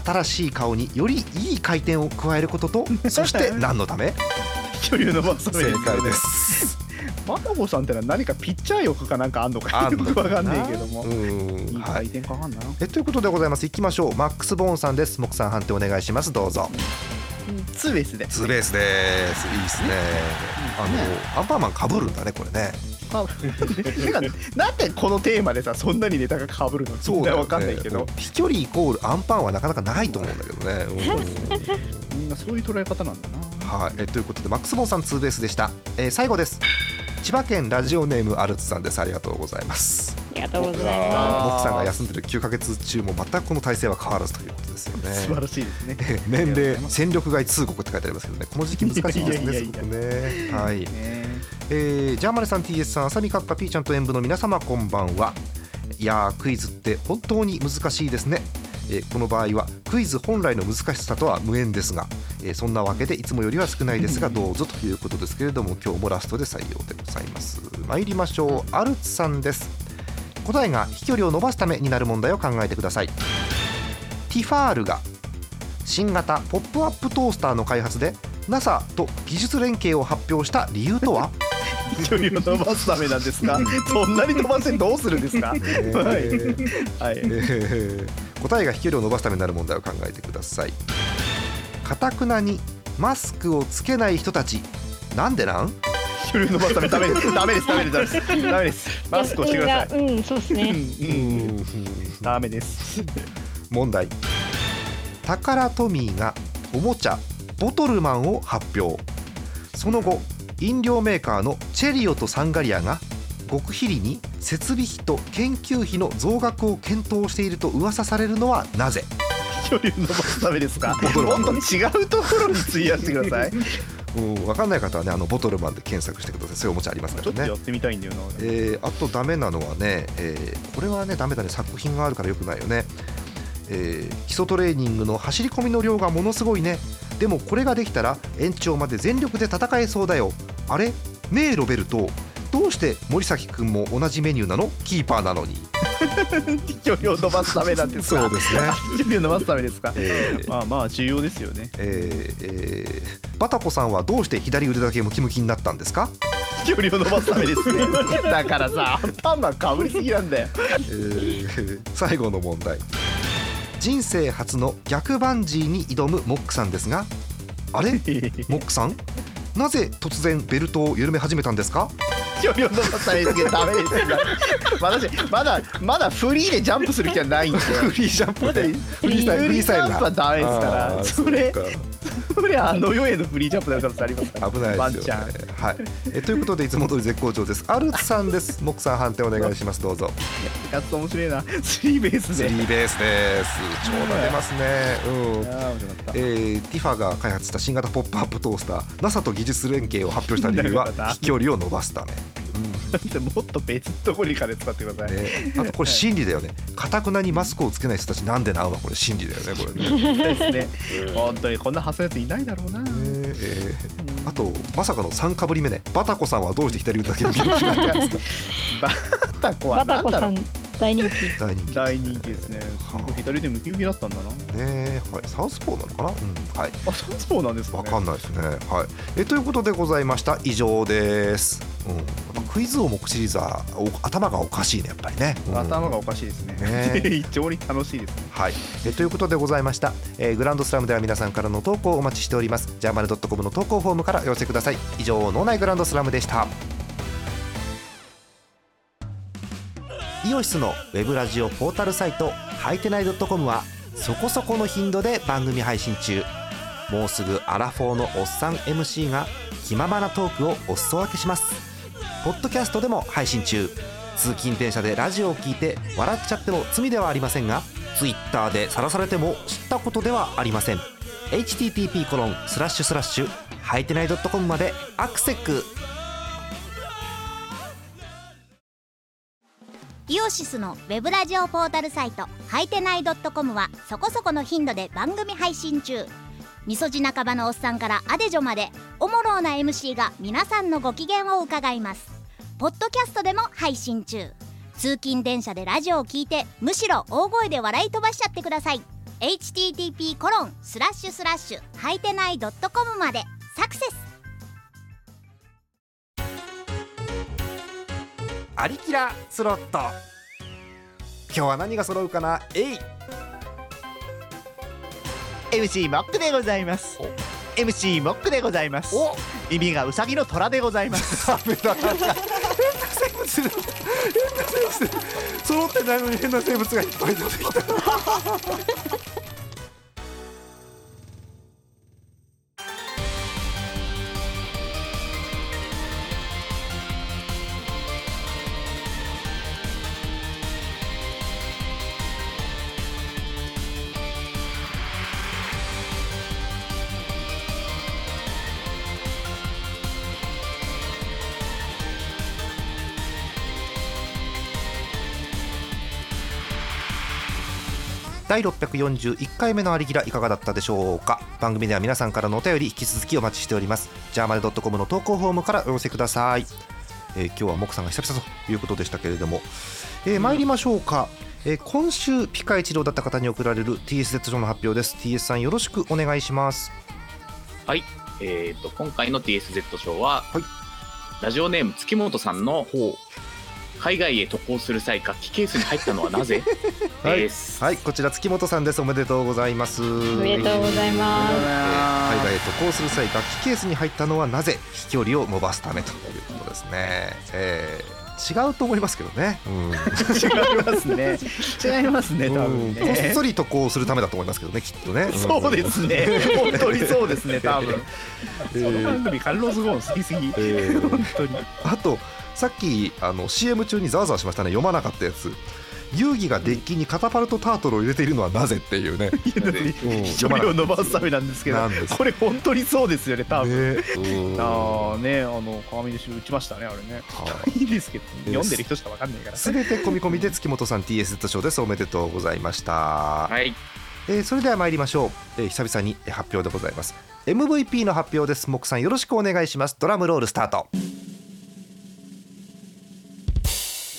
[SPEAKER 1] 新しい顔によりいい回転を加えること とそして何のため
[SPEAKER 4] 距離を伸ばすため
[SPEAKER 1] 正解です
[SPEAKER 4] マタコさんってのは何かピッチャー欲かなんかあんのか
[SPEAKER 1] あん
[SPEAKER 4] よ
[SPEAKER 1] の
[SPEAKER 4] くわかんねえけど
[SPEAKER 1] う
[SPEAKER 4] もい
[SPEAKER 1] ーん
[SPEAKER 4] い
[SPEAKER 1] は
[SPEAKER 4] 回
[SPEAKER 1] い
[SPEAKER 4] 転かかんな
[SPEAKER 1] えということでございますいきましょうマックス・ボーンさんです木さん判定お願いしますどうぞ
[SPEAKER 4] ツーベースで
[SPEAKER 1] ツーベースです。いいですね。あの、アンパンマンかぶるんだね、これね。
[SPEAKER 4] かてかなんでこのテーマでさそんなにネタがかぶるのそんなわかんないけど、
[SPEAKER 1] 飛距離イコールアンパンはなかなかないと思うんだけどね。うん
[SPEAKER 4] みんなそういう捉え方なんだな
[SPEAKER 1] はい、えということで、マックスボンさんツーベースでした。えー最後です。千葉県ラジオネームアルツさんです。ありがとうございます。
[SPEAKER 3] ありがとうございま
[SPEAKER 4] あー
[SPEAKER 1] 僕さんが休んでる9ヶ月中も全くこの体制は変わらずということですよね。
[SPEAKER 4] 素晴らしいですね
[SPEAKER 1] 年齢、戦力外通告って書いてありますけどね、この時期難しいですね、す
[SPEAKER 4] いやいやいやい
[SPEAKER 1] ご
[SPEAKER 4] や
[SPEAKER 1] くね。はい。
[SPEAKER 4] ね
[SPEAKER 1] えージャーマネさん TS さん浅見閣下 P ちゃんと演舞の皆様こんばんはいやークイズって本当に難しいですね、えーこの場合はクイズ本来の難しさとは無縁ですが、えーそんなわけでいつもよりは少ないですがどうぞということですけれども今日もラストで採用でございます参りましょうアルツさんです答えが飛距離を伸ばすためになる問題を考えてくださいティファールが新型ポップアップトースターの開発で NASA と技術連携を発表した理由とは
[SPEAKER 4] 距離を伸ばすためなんですか そんなに飛ばしてどうするんです かはい、はい
[SPEAKER 1] え、ー答えが飛距離を伸ばすためになる問題を考えてくださいかたくなにマスクをつけない人たちなんでなん
[SPEAKER 4] 距離を伸ばすためダメですダメですダメですダメですダメです
[SPEAKER 3] す。
[SPEAKER 4] マスクをしてくださ
[SPEAKER 3] 逆転がうん、そうです
[SPEAKER 4] い
[SPEAKER 3] ね。
[SPEAKER 4] うんうんダメです
[SPEAKER 1] 問題タカラトミーがおもちゃボトルマンを発表その後飲料メーカーのチェリオとサンガリアが極秘裏に設備費と研究費の増額を検討していると噂されるのはなぜ
[SPEAKER 4] 距離を伸ばすためですか
[SPEAKER 1] 戻る
[SPEAKER 4] もっと違うところに費やしてください
[SPEAKER 1] うん分かんない方はねあのボトルマンで検索してくださいそういうおもちゃありますか
[SPEAKER 4] ち
[SPEAKER 1] ら
[SPEAKER 4] ょっと
[SPEAKER 1] ね
[SPEAKER 4] やってみたいんだよな、
[SPEAKER 1] えーあとダメなのはね、えーこれはねダメだね作品があるからよくないよね、えー基礎トレーニングの走り込みの量がものすごいねでもこれができたら延長まで全力で戦えそうだよあれねえロベルトどうして森崎君も同じメニューなのキーパーなのに
[SPEAKER 4] 距離を伸ばすためなんですか
[SPEAKER 1] そうです ね
[SPEAKER 4] 距離を伸ばすためですか
[SPEAKER 1] えー
[SPEAKER 4] まあまあ重要ですよね
[SPEAKER 1] えーえーバタコさんはどうして左腕だけムキムキになったんですか、
[SPEAKER 4] 距離を伸ばすためですね だからさアンパンマンかぶりすぎなん だよ
[SPEAKER 1] えー最後の問題人生初の逆バンジーに挑むモックさんですが あれモックさんなぜ突然ベルトを緩め始めたんですか
[SPEAKER 4] 距離を伸ばさないですけどダメですよ私まだまだフリーでジャンプする気はないん で
[SPEAKER 1] フリージャンプでフリースタイル
[SPEAKER 4] フリージャンプ
[SPEAKER 1] だ
[SPEAKER 4] はダメですから
[SPEAKER 1] あー
[SPEAKER 4] それ
[SPEAKER 1] うか
[SPEAKER 4] そりゃあの世へのフリージャンプになる可能性ありますから
[SPEAKER 1] 危ないですよ、
[SPEAKER 4] ワン
[SPEAKER 1] ね
[SPEAKER 4] チャン。
[SPEAKER 1] はい。えということでいつも通り絶好調です。アルツさんです。モクさん判定お願いします。どうぞ。
[SPEAKER 4] やっと面白いなスリーベース
[SPEAKER 1] ス
[SPEAKER 4] で
[SPEAKER 1] リーベースです。長打出ますね。うん。
[SPEAKER 4] ああ面白かった
[SPEAKER 1] えー、ティファが開発した新型ポップアップトースター NASA と技術連携を発表した理由は
[SPEAKER 4] なるほどな
[SPEAKER 1] 飛距離を伸ばすため、
[SPEAKER 4] でもっと別のところに金使ってください、
[SPEAKER 1] ね、あとこれ真理だよねかたくなにマスクをつけない人たちなんでなんはこれ真理だよねこれねね
[SPEAKER 4] そうですね本当にこんな発想のやついないだろうな、
[SPEAKER 1] えーあとまさかの3かぶり目ねバタコさんはどうして左腕だけの気になってますか
[SPEAKER 4] バタコは
[SPEAKER 3] バタ
[SPEAKER 4] なん
[SPEAKER 3] コ
[SPEAKER 4] だ
[SPEAKER 3] さ
[SPEAKER 4] ろうん
[SPEAKER 3] 大人気。
[SPEAKER 1] 大人気
[SPEAKER 4] 大人気ですね左でムキムキだったんだな
[SPEAKER 1] ねはい、サウスポーなのかな、うん、はい
[SPEAKER 4] あサウスポーなんですね
[SPEAKER 1] わかんないですね。はい、えということでございました以上です。うん、やっぱクイズ王目シリーズはお頭がおかしいねやっぱりね。うん
[SPEAKER 4] 頭がおかしいですね
[SPEAKER 1] ね
[SPEAKER 4] 非常に楽しいですね
[SPEAKER 1] はい、えということでございました、えーグランドスラムでは皆さんからの投稿をお待ちしておりますジャーマルドットコムの投稿フォームからお寄せください以上脳内グランドスラムでしたイオシスのウェブラジオポータルサイトハイテナイドットコムはそこそこの頻度で番組配信中もうすぐアラフォーのおっさん MC が気ままなトークをお裾分けしますポッドキャストでも配信中通勤電車でラジオを聞いて笑っちゃっても罪ではありませんが Twitter で晒されても知ったことではありません http コロンスラッシュスラッシュはいてない .com までアクセック
[SPEAKER 5] イオシスのウェブラジオポータルサイト「はいてない .com」はそこそこの頻度で番組配信中みそじ半ばのおっさんからアデジョまでおもろうな MC が皆さんのご機嫌を伺いますポッドキャストでも配信中通勤電車でラジオを聞いてむしろ大声で笑い飛ばしちゃってください http コロンスラッシュスラッシュはいてない .com までサクセス
[SPEAKER 1] アリキラスロット今日は何が揃うかなえい
[SPEAKER 4] MC モックでございます
[SPEAKER 1] お
[SPEAKER 4] MC モックでございます
[SPEAKER 1] お
[SPEAKER 4] 耳がウサギの虎でございます
[SPEAKER 1] ダメだ変な生物だ変な生物だ揃ってないのに変な生物がいっぱい出てきた第641回目のアリギラいかがだったでしょうか番組では皆さんからのお便り引き続きお待ちしておりますジャーマネドットコムの投稿フォームからお寄せください、えー今日はモクさんが久々ということでしたけれども、えー参りましょうか、えー今週ピカイチロだった方に送られる TS 列上の発表です TS さんよろしくお願いします
[SPEAKER 2] はい、えー、と今回の TSZ 賞は、
[SPEAKER 1] はい
[SPEAKER 2] ラジオネーム月本さんの海外へ渡航する際楽器ケースに入ったの はなぜ
[SPEAKER 1] はい
[SPEAKER 2] です、
[SPEAKER 1] はいこちら月本さんですおめでとうございます
[SPEAKER 3] おめでとうございます。
[SPEAKER 1] えー海外へ渡航する際楽器ケースに入ったのはなぜ飛距離を伸ばすためということですね、えー違うと思いますけどね、 うん
[SPEAKER 4] 違いますね違いますね多分
[SPEAKER 1] うんこっ
[SPEAKER 4] ね
[SPEAKER 1] そり渡航するためだと思いますけどねきっとね、
[SPEAKER 4] そうですね本当にそうですね多分
[SPEAKER 1] え
[SPEAKER 4] この
[SPEAKER 1] ー
[SPEAKER 4] 番組カルロスゴーン好きすぎ
[SPEAKER 1] えー
[SPEAKER 4] 本当に
[SPEAKER 1] あとさっきあの CM 中にざわざわしましたね読まなかったやつ遊戯がデッキにカタパルトタートルを入れているのはなぜっていうね、うん
[SPEAKER 4] 飛距離を伸ばすためなんですけど
[SPEAKER 1] なんです
[SPEAKER 4] これ本当にそうですよね 多分
[SPEAKER 1] ねうん
[SPEAKER 4] ああねあの鏡でし打ちましたねあれね
[SPEAKER 1] はい
[SPEAKER 4] いいですけど
[SPEAKER 1] えー
[SPEAKER 4] 読んでる人しかわかんないから
[SPEAKER 1] すべて込み込みで月本さん TSZ 賞ですおめでとうございました、
[SPEAKER 2] はい、
[SPEAKER 1] えーそれでは参りましょう、えー久々にえー発表でございます MVP の発表ですモクさんよろしくお願いしますドラムロールスタート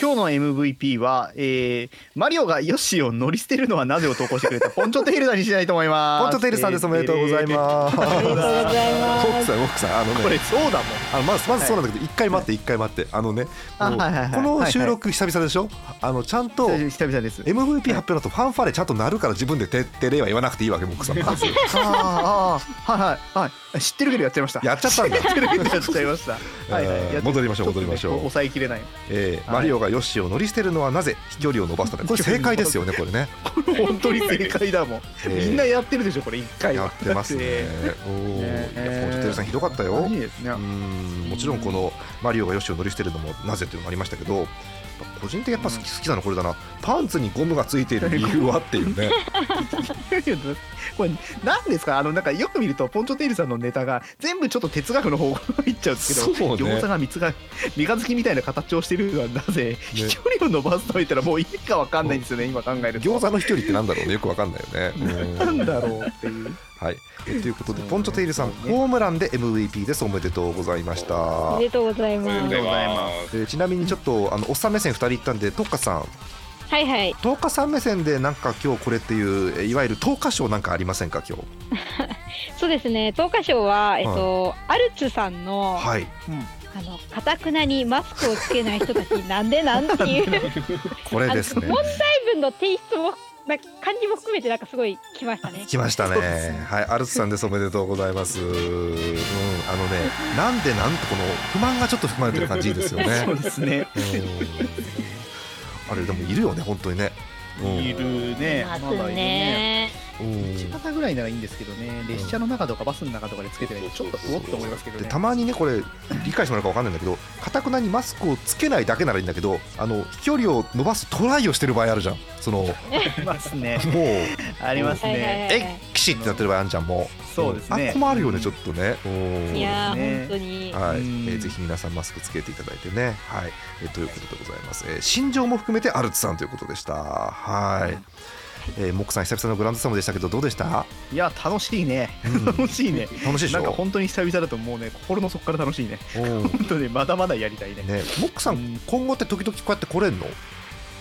[SPEAKER 4] 今日の MVP は、えーマリオがヨッシーを乗り捨てるのはなぜを投稿してくれたポンチョテイルダにしたいと思います。
[SPEAKER 1] ポントテイルさんですおめでとうございます。
[SPEAKER 3] ありがとうござい
[SPEAKER 1] ホッ
[SPEAKER 3] ま
[SPEAKER 1] クさんホックさんあの
[SPEAKER 4] これ
[SPEAKER 1] ね
[SPEAKER 4] そうだもん。
[SPEAKER 1] あのまずまずそうなんだけど一回待って一回待ってあのね
[SPEAKER 4] あ
[SPEAKER 1] もう
[SPEAKER 4] はいはいはい
[SPEAKER 1] この収録久々でしょあのちゃんと
[SPEAKER 4] 久々です。
[SPEAKER 1] MVP 発表だとファンファレちゃんとなるから自分でてってれは言わなくていいわけモックさんも
[SPEAKER 4] あーあーはいはいはい知ってるけどやっちゃいました。
[SPEAKER 1] やっちゃったん だ
[SPEAKER 4] 知ってるけどやっちゃい ました。はいはいやっちゃった。
[SPEAKER 1] 戻りましょう戻りましょう
[SPEAKER 4] ちっとねこ抑えきれない。
[SPEAKER 1] えー
[SPEAKER 4] はい
[SPEAKER 1] マリオがヨッシーを乗り捨てるのはなぜ飛距離を伸ばすためこれ正解ですよねこれね
[SPEAKER 4] 本当に正解だもん。
[SPEAKER 1] えー
[SPEAKER 4] みんなやってるでしょこれ一回は。
[SPEAKER 1] やってますねおー
[SPEAKER 4] ね
[SPEAKER 1] いやポンチョテイルさんひどかったよ
[SPEAKER 4] いいですね。
[SPEAKER 1] うーんもちろんこのマリオがヨッシーを乗り捨てるのもなぜというのもありましたけどやっぱ個人的にやっぱ好き好きなのこれだなパンツにゴムがついている理由はっていう ね
[SPEAKER 4] これ何ですかあのなんかよく見るとポンチョテイルさんのネタが全部ちょっと哲学の方向にいっちゃうんですけど、
[SPEAKER 1] そうね
[SPEAKER 4] 餃子が三つが三日月みたいな形をしてるのはなぜ飛距離を伸ばすと言ったらもう意味がわかんないんですよね今考えると。
[SPEAKER 1] 餃子の飛距離ってなんだろうねよくわかんないよねう
[SPEAKER 4] なん
[SPEAKER 1] ーん
[SPEAKER 4] だろうっていう。
[SPEAKER 1] はいえということで
[SPEAKER 4] そうね
[SPEAKER 1] ポンチョテイルさん
[SPEAKER 4] そうね
[SPEAKER 1] ホームランで MVP ですおめでとうございました
[SPEAKER 3] す。おめでとうござい
[SPEAKER 2] おめで
[SPEAKER 3] ま
[SPEAKER 2] と
[SPEAKER 3] す。
[SPEAKER 2] うございます。
[SPEAKER 1] えーちなみにちょっとあのおっさん目線2人いったんでトッカさん
[SPEAKER 3] はいはい。
[SPEAKER 1] トッカさん目線でなんか今日これっていうえーいわゆるトーカ賞なんかありませんか今日
[SPEAKER 3] そうですね。東華賞はえっとアルツさんの
[SPEAKER 1] はい
[SPEAKER 3] あの堅くなにマスクをつけない人たちなんでなんっていう
[SPEAKER 1] これです
[SPEAKER 3] あ
[SPEAKER 1] ね
[SPEAKER 3] の問題文の提出もなんか漢字も含めてなんかすごいきましたね。
[SPEAKER 1] 来ましたね
[SPEAKER 4] そうですね
[SPEAKER 1] はいアルツさんですおめでとうございますうんあのねなんでなんてこの不満がちょっと含まれてる感じいいですよね
[SPEAKER 4] そうですね。
[SPEAKER 1] うんあれでもいるよね本当にねうん
[SPEAKER 4] いるね。
[SPEAKER 3] ま
[SPEAKER 4] まだい
[SPEAKER 3] す
[SPEAKER 4] る。
[SPEAKER 3] ね。
[SPEAKER 1] うん
[SPEAKER 4] 道端ぐらいならいいんですけどね、列車の中とかバスの中とかでつけてないとちょっとうおっと思いますけど
[SPEAKER 1] で
[SPEAKER 4] ね。
[SPEAKER 1] たまにねこれ理解してもらうかわかんないんだけどかたくなにマスクをつけないだけならいいんだけどあの飛距離を伸ばすトライをしてる場合あるじゃんそのもう
[SPEAKER 4] ありますね。あります
[SPEAKER 3] はいはい
[SPEAKER 4] ね。
[SPEAKER 3] はい
[SPEAKER 1] えっキシってなってる場合あるじゃんもう
[SPEAKER 4] そうですね
[SPEAKER 1] あ困るよねちょっとねうん
[SPEAKER 3] いやー、
[SPEAKER 4] ね
[SPEAKER 3] 本当に。
[SPEAKER 1] はい、え
[SPEAKER 4] うん
[SPEAKER 1] ーぜひ皆さんマスクつけていただいてね、はい、えーということでございます。えー心情も含めてアルツさんということでした。はい、えー、モックさん久々のグランドスラムでしたけどどうでした？
[SPEAKER 4] いや、楽しいね。
[SPEAKER 1] うん
[SPEAKER 4] 楽しいね。
[SPEAKER 1] 楽しいでし
[SPEAKER 4] なんか
[SPEAKER 1] ょ。
[SPEAKER 4] 本当に久々だともうね、心の底から楽しいね。
[SPEAKER 1] うん
[SPEAKER 4] 本当にまだまだやりたいね。
[SPEAKER 1] ね、モックさ
[SPEAKER 4] うんん
[SPEAKER 1] 今後って時々こうやって来れんの？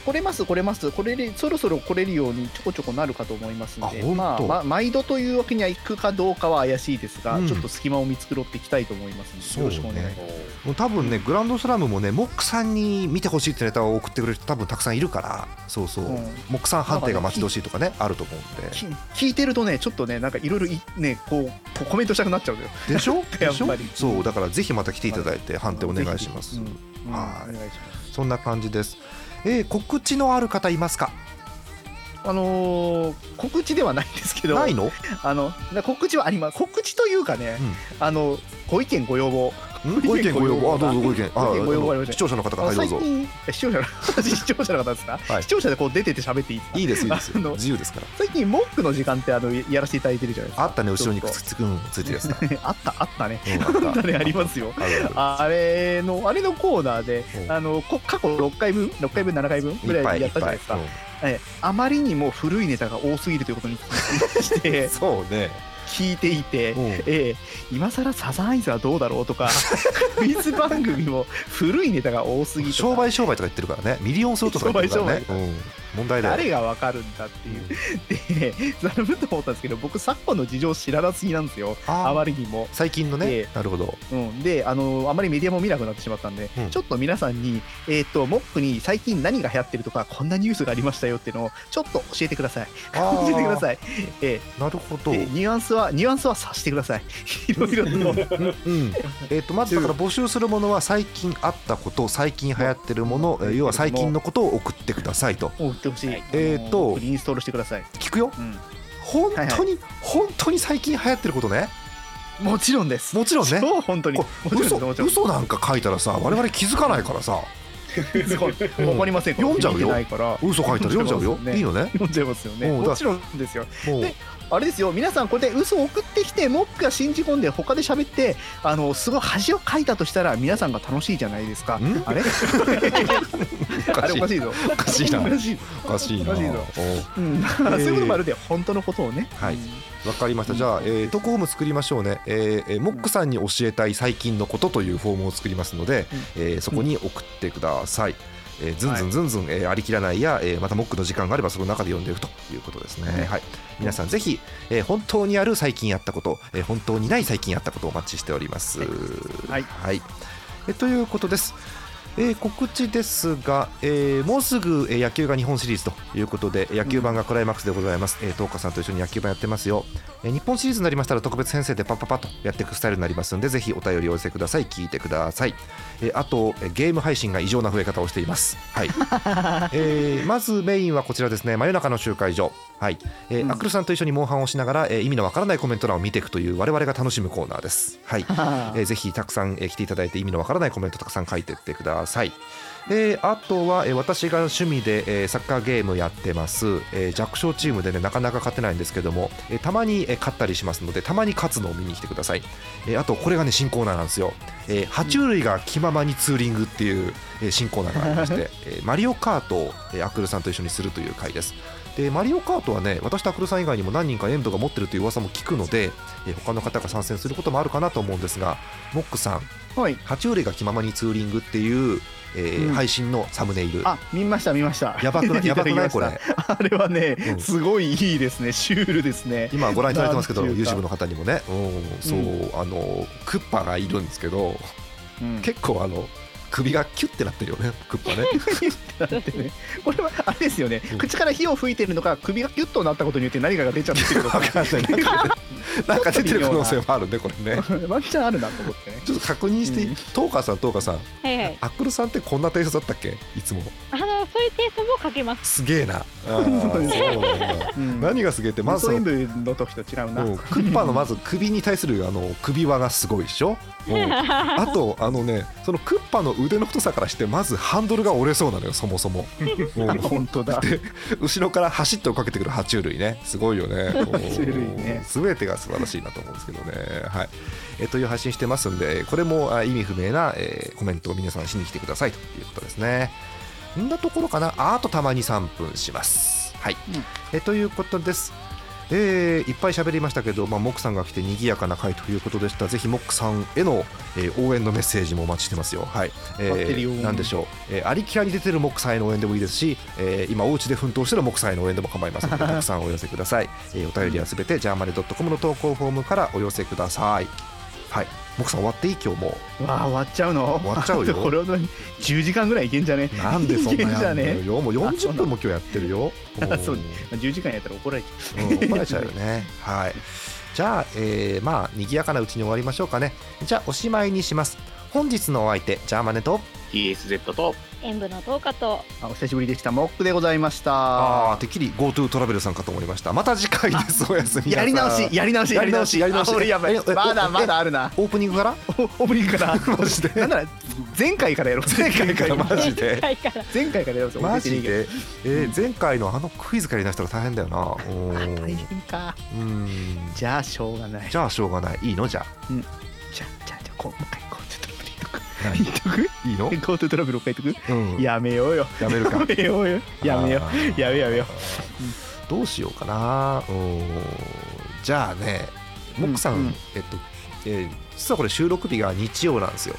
[SPEAKER 4] 来れます、来れます、これでそろそろ来れるようにちょこちょこなるかと思いますので、
[SPEAKER 1] あほんと
[SPEAKER 4] まあま毎度というわけにはいくかどうかは怪しいですが、
[SPEAKER 1] うん
[SPEAKER 4] ちょっと隙間を見繕っていきたいと思いますので、よろしくお願いします。
[SPEAKER 1] そうねもう多分ねグランドスラムもねモックさんに見てほしいってネタを送ってくれる人多分たくさんいるから、そうそう。
[SPEAKER 4] うん
[SPEAKER 1] モックさん判定が待ち遠しいとかねあると思うんで。
[SPEAKER 4] き聞いてるとね、ちょっとね、なんかいろいろいね、こう、こコメントしたくなっちゃうんだよ。
[SPEAKER 1] でしょ？ で
[SPEAKER 4] やっ
[SPEAKER 1] しょ
[SPEAKER 4] ぱり？
[SPEAKER 1] そうだからぜひまた来ていただいて判定お願いします。
[SPEAKER 4] ぜひうん
[SPEAKER 1] はい
[SPEAKER 4] うんお願いします。
[SPEAKER 1] そんな感じです。えー告知のある方いますか？
[SPEAKER 4] あのー告知ではないんですけど、
[SPEAKER 1] ない の？
[SPEAKER 4] あのな告知はあります。告知というかね、
[SPEAKER 1] うん
[SPEAKER 4] あのご意見ご要望、
[SPEAKER 1] んご意見ご要望あどうぞご意見あ
[SPEAKER 4] ご意見ご要望あり
[SPEAKER 1] あの
[SPEAKER 4] ません
[SPEAKER 1] 視聴者の方
[SPEAKER 4] あ
[SPEAKER 1] が
[SPEAKER 4] の
[SPEAKER 1] はいどうぞ
[SPEAKER 4] 最近視聴者の 視聴者の方ですか、
[SPEAKER 1] はい
[SPEAKER 4] 視聴者でこう出てて喋っていいですか
[SPEAKER 1] いいですいいです
[SPEAKER 4] あの
[SPEAKER 1] 自由ですから
[SPEAKER 4] 最近モックの時間ってあのやらせていただいてるじゃないですか
[SPEAKER 1] あったね後ろに
[SPEAKER 4] ちょ
[SPEAKER 1] く
[SPEAKER 4] っ
[SPEAKER 1] っ
[SPEAKER 4] と
[SPEAKER 1] つくんついてるやつだ
[SPEAKER 4] あったあったね
[SPEAKER 1] うん
[SPEAKER 4] あったねありますよ
[SPEAKER 1] あるある
[SPEAKER 4] あれのあれのコーナーで
[SPEAKER 1] うん
[SPEAKER 4] あのこ過去6回分6回分7回分ぐ
[SPEAKER 1] いっ
[SPEAKER 4] ら
[SPEAKER 1] ぱ
[SPEAKER 4] い
[SPEAKER 1] いい
[SPEAKER 4] やっ
[SPEAKER 1] った
[SPEAKER 4] じゃな
[SPEAKER 1] ぱ
[SPEAKER 4] い
[SPEAKER 1] い
[SPEAKER 4] ですかええあまりにも古いネタが多すぎるということに気づきし
[SPEAKER 1] う
[SPEAKER 4] て
[SPEAKER 1] ん そうね
[SPEAKER 4] 聞いていて
[SPEAKER 1] うん
[SPEAKER 4] ええ、今更サザンアイズはどうだろう とかクイズ番組も古いネタが多すぎとか
[SPEAKER 1] 商売商売とか言ってるからねミリオンソルトとか言ってるからね
[SPEAKER 4] 商売
[SPEAKER 1] うん問題だ
[SPEAKER 4] 誰
[SPEAKER 1] よ
[SPEAKER 4] がわかるんだって
[SPEAKER 1] う
[SPEAKER 4] いうんで、なると思ったんですけど、僕、昨今の事情知らなすぎなんですよ、あ
[SPEAKER 1] あ
[SPEAKER 4] まりにも。
[SPEAKER 1] 最近のね
[SPEAKER 4] え
[SPEAKER 1] なるほ ど
[SPEAKER 4] うん、で、あのあまりメディアも見なくなってしまったんで、
[SPEAKER 1] うん
[SPEAKER 4] ちょっと皆さんに、えっ、と、モップに最近何が流行ってるとか、こんなニュースがありましたよっていうのを、ちょっと教えてください。
[SPEAKER 1] あ
[SPEAKER 4] 教えてくだ
[SPEAKER 1] ー
[SPEAKER 4] さい。え
[SPEAKER 1] なるほ
[SPEAKER 4] え
[SPEAKER 1] ど
[SPEAKER 4] ええニュアンスは、ニュアンスは察してください。いろいろと。
[SPEAKER 1] うんえっとまずだから募集するものは最近あったこと最近流行ってるものえー要は最近のことを送ってくださいと
[SPEAKER 4] もう売ってほしい。
[SPEAKER 2] はい
[SPEAKER 1] えーと
[SPEAKER 4] あのインストールしてください。
[SPEAKER 1] 聞くよ
[SPEAKER 4] うん、
[SPEAKER 1] 本
[SPEAKER 4] はい
[SPEAKER 1] 当に本当に最近流行ってることね
[SPEAKER 4] もちろんです。
[SPEAKER 1] もちろんね
[SPEAKER 4] そう、本当に。も
[SPEAKER 1] こう
[SPEAKER 4] ちろんです、
[SPEAKER 1] 嘘
[SPEAKER 4] もちろんです
[SPEAKER 1] 嘘なんか書いたらさ我々気づかないからさ
[SPEAKER 4] すごい。 わかりませんから、
[SPEAKER 1] 読んじゃうよ
[SPEAKER 4] 見てないから。
[SPEAKER 1] 嘘書いたら読んじゃうよ、
[SPEAKER 4] ね
[SPEAKER 1] いいのね
[SPEAKER 4] 読んじゃいますよね。
[SPEAKER 1] うんだ
[SPEAKER 4] もちろんですよ。
[SPEAKER 1] もう
[SPEAKER 4] であれですよ、皆さん、これで嘘を送ってきて、モックが信じ込んで、他で喋って、あのすごい恥をかいたとしたら、皆さんが楽しいじゃないですか
[SPEAKER 1] ん。
[SPEAKER 4] あれ
[SPEAKER 1] お
[SPEAKER 4] あ
[SPEAKER 1] か
[SPEAKER 4] れ
[SPEAKER 1] し
[SPEAKER 4] お
[SPEAKER 1] い
[SPEAKER 4] かしいぞ。
[SPEAKER 1] おかしいな
[SPEAKER 4] おかしい
[SPEAKER 1] おかしいな
[SPEAKER 4] おかしいぞ
[SPEAKER 1] お
[SPEAKER 4] うん、そういうこともあるんで、本当のことをね。
[SPEAKER 1] はい
[SPEAKER 4] うん
[SPEAKER 1] わかりましたじゃあ、えー、トークホーム作りましょうね、えーえーモックさんに教えたい最近のことというフォームを作りますので、えーそこに送ってください、えーずんずんずんずん、えーありきらないや、えーまたモックの時間があればその中で読んでいくということですね、はい、皆さんぜひ、えー本当にある最近やったこと、えー本当にない最近やったことをお待ちしております。
[SPEAKER 4] はい
[SPEAKER 1] えーということです。えー告知ですが、えーもうすぐ、えー野球が日本シリーズということで野球版がクライマックスでございます、えー東花さんと一緒に野球版やってますよ、えー日本シリーズになりましたら特別編成でパッパパッとやっていくスタイルになりますのでぜひお便りをお寄せください聞いてください、えーあとえーゲーム配信が異常な増え方をしていますはい、 えーまずメインはこちらですね真夜中の集会所はい、えー
[SPEAKER 4] うん
[SPEAKER 1] アクルさんと一緒にモンハンをしながら、えー意味のわからないコメント欄を見ていくという我々が楽しむコーナーですはいえーぜひたくさん、えー来ていただいて意味のわからないコメントたくさん書いてってください、えーあとは、えー私が趣味で、えーサッカーゲームやってます、えー弱小チームでねなかなか勝てないんですけども、えーたまに、えー勝ったりしますのでたまに勝つのを見に来てください、えーあとこれがね新コーナーなんですよ、えー爬虫類が気ままにツーリングっていう、えー新コーナーがありま して、えーマリオカートを、えーアクルさんと一緒にするという回ですでマリオカートはね私とアクルさん以外にも何人かエンドが持ってるという噂も聞くので、えー他の方が参戦することもあるかなと思うんですがモックさん
[SPEAKER 4] はい
[SPEAKER 1] 「爬虫類が気ままにツーリング」っていう、えー
[SPEAKER 4] うん
[SPEAKER 1] 配信のサムネイル
[SPEAKER 4] あ見ました見ました
[SPEAKER 1] やばく ない
[SPEAKER 4] 出
[SPEAKER 1] や
[SPEAKER 4] て
[SPEAKER 1] ばく
[SPEAKER 4] ただき
[SPEAKER 1] な
[SPEAKER 4] ま
[SPEAKER 1] い
[SPEAKER 4] した
[SPEAKER 1] これ
[SPEAKER 4] あれはね、
[SPEAKER 1] うん
[SPEAKER 4] すごいいいですねシュールですね
[SPEAKER 1] 今ご覧いただいてますけど
[SPEAKER 4] なんていうか
[SPEAKER 1] YouTube の方にもねうんそう、あのクッパがいるんですけど
[SPEAKER 4] うん
[SPEAKER 1] 結構あの首がキュッてなってるよねクッパ ね
[SPEAKER 4] だってねこれはあれですよね、
[SPEAKER 1] うん
[SPEAKER 4] 口から火を吹いてるのか首がギュッとなったことによって何かが出ちゃってるけど
[SPEAKER 1] わかんないなんかねなんか出てる可能性もあるねこれね
[SPEAKER 4] ワンチャンあるなと思ってね
[SPEAKER 1] ちょっと確認して、
[SPEAKER 4] うん
[SPEAKER 1] トーカーさんトーカーさん
[SPEAKER 3] はいはい。
[SPEAKER 1] アクルさんってこんな体質だったっけいつも
[SPEAKER 3] あの、そういう低層も書けます。
[SPEAKER 1] すげえなあ
[SPEAKER 4] 本当
[SPEAKER 1] ー
[SPEAKER 4] に
[SPEAKER 1] そうなんだ
[SPEAKER 4] うん
[SPEAKER 1] 何がすげえってま
[SPEAKER 4] マ
[SPEAKER 1] ず
[SPEAKER 4] ソ
[SPEAKER 1] そ
[SPEAKER 4] 演
[SPEAKER 1] の
[SPEAKER 4] 部の時と違うな、
[SPEAKER 1] うんクッパのまず首に対するあの首輪がすごいでしょ、うんあとあのねそのクッパの腕の太さからしてまずハンドルが折れそうなのよそもそも、うん
[SPEAKER 4] 本当だ
[SPEAKER 1] 後ろから走って追っかけてくる爬虫類ねすごいよ ね
[SPEAKER 4] 虫類ね
[SPEAKER 1] うん全てが素晴らしいなと思うんですけどね、はい、えという配信してますんでこれもあ意味不明な、えーコメントを皆さんしに来てくださいということですねんなところかなああとたまに3分しますはい、
[SPEAKER 4] うん
[SPEAKER 1] えということですえーいっぱい喋りましたけど、まあ、モックさんが来て賑やかな回ということでしたぜひモックさんへの、えー応援のメッセージもお待ちしてますよはい、え
[SPEAKER 4] 待ってるよ
[SPEAKER 1] ー、なんでしょう、えーありきらに出てる木材の応援でもいいですし、えー今お家で奮闘してる木材の応援でも構いません のでたくさんお寄せください、えーお便りはすべてジャーマネドットコムの投稿フォームからお寄せくださいはい木さん終わっていい今日も
[SPEAKER 4] わあ終わっちゃうの
[SPEAKER 1] 終わっちゃうよ
[SPEAKER 4] あとこれの10時間ぐらいいけんじゃね
[SPEAKER 1] なんでそんなやんの
[SPEAKER 4] いけんじゃね
[SPEAKER 1] よもう40分も今日やってるよ
[SPEAKER 4] あそう
[SPEAKER 1] うん
[SPEAKER 4] 10時間やったら怒られち
[SPEAKER 1] うん、怒られちゃうよね。はい。じゃあ、えー、まあ、賑やかなうちに終わりましょうかね。じゃあ、おしまいにします。本日のお相手、ジャーマネと、
[SPEAKER 2] TSZ と
[SPEAKER 3] 演舞の10日と、
[SPEAKER 4] ゃうあお久しぶりでしたモックでございまし
[SPEAKER 1] ああー、
[SPEAKER 4] た
[SPEAKER 1] てっきり GoTo トラベルさんかと思いました。また次回です。おやすみなさ
[SPEAKER 4] や
[SPEAKER 1] い。
[SPEAKER 4] り直し
[SPEAKER 1] や
[SPEAKER 4] やり直し
[SPEAKER 1] り直しやり直し
[SPEAKER 4] あ俺やばい
[SPEAKER 1] ええ
[SPEAKER 4] まだまだあるな
[SPEAKER 1] オープニングから
[SPEAKER 4] おオープニングから
[SPEAKER 1] マジで
[SPEAKER 4] なんなら前回からやろう前回
[SPEAKER 1] からマジ で
[SPEAKER 3] 前回から。
[SPEAKER 4] 前回からやろうぜ
[SPEAKER 1] マジで、えー、前回のあのクイズからやり出したら大変だよな。う
[SPEAKER 4] 俺
[SPEAKER 1] ー
[SPEAKER 4] 別にいい
[SPEAKER 1] ん
[SPEAKER 4] けどあ大変か
[SPEAKER 1] うん。
[SPEAKER 4] じゃあしょうがない
[SPEAKER 1] じゃあ、しょうがない。いいのじゃ
[SPEAKER 4] じゃあじゃあじゃあこうもう一回こうちょっとトラベ
[SPEAKER 1] あ。
[SPEAKER 4] ル
[SPEAKER 1] ない
[SPEAKER 4] 言っとく
[SPEAKER 1] いいの
[SPEAKER 4] 言っとく GoTo トラベルを書いとく
[SPEAKER 1] うん。
[SPEAKER 4] やめようよ
[SPEAKER 1] やめるか
[SPEAKER 4] や。めようよ やめよ
[SPEAKER 1] あ
[SPEAKER 4] う
[SPEAKER 1] ー
[SPEAKER 4] やめようやめよ
[SPEAKER 1] どうしようかなうーんじゃあねモックさん、
[SPEAKER 4] うんうん
[SPEAKER 1] えっと、えー実はこれ収録日が日曜なんですよ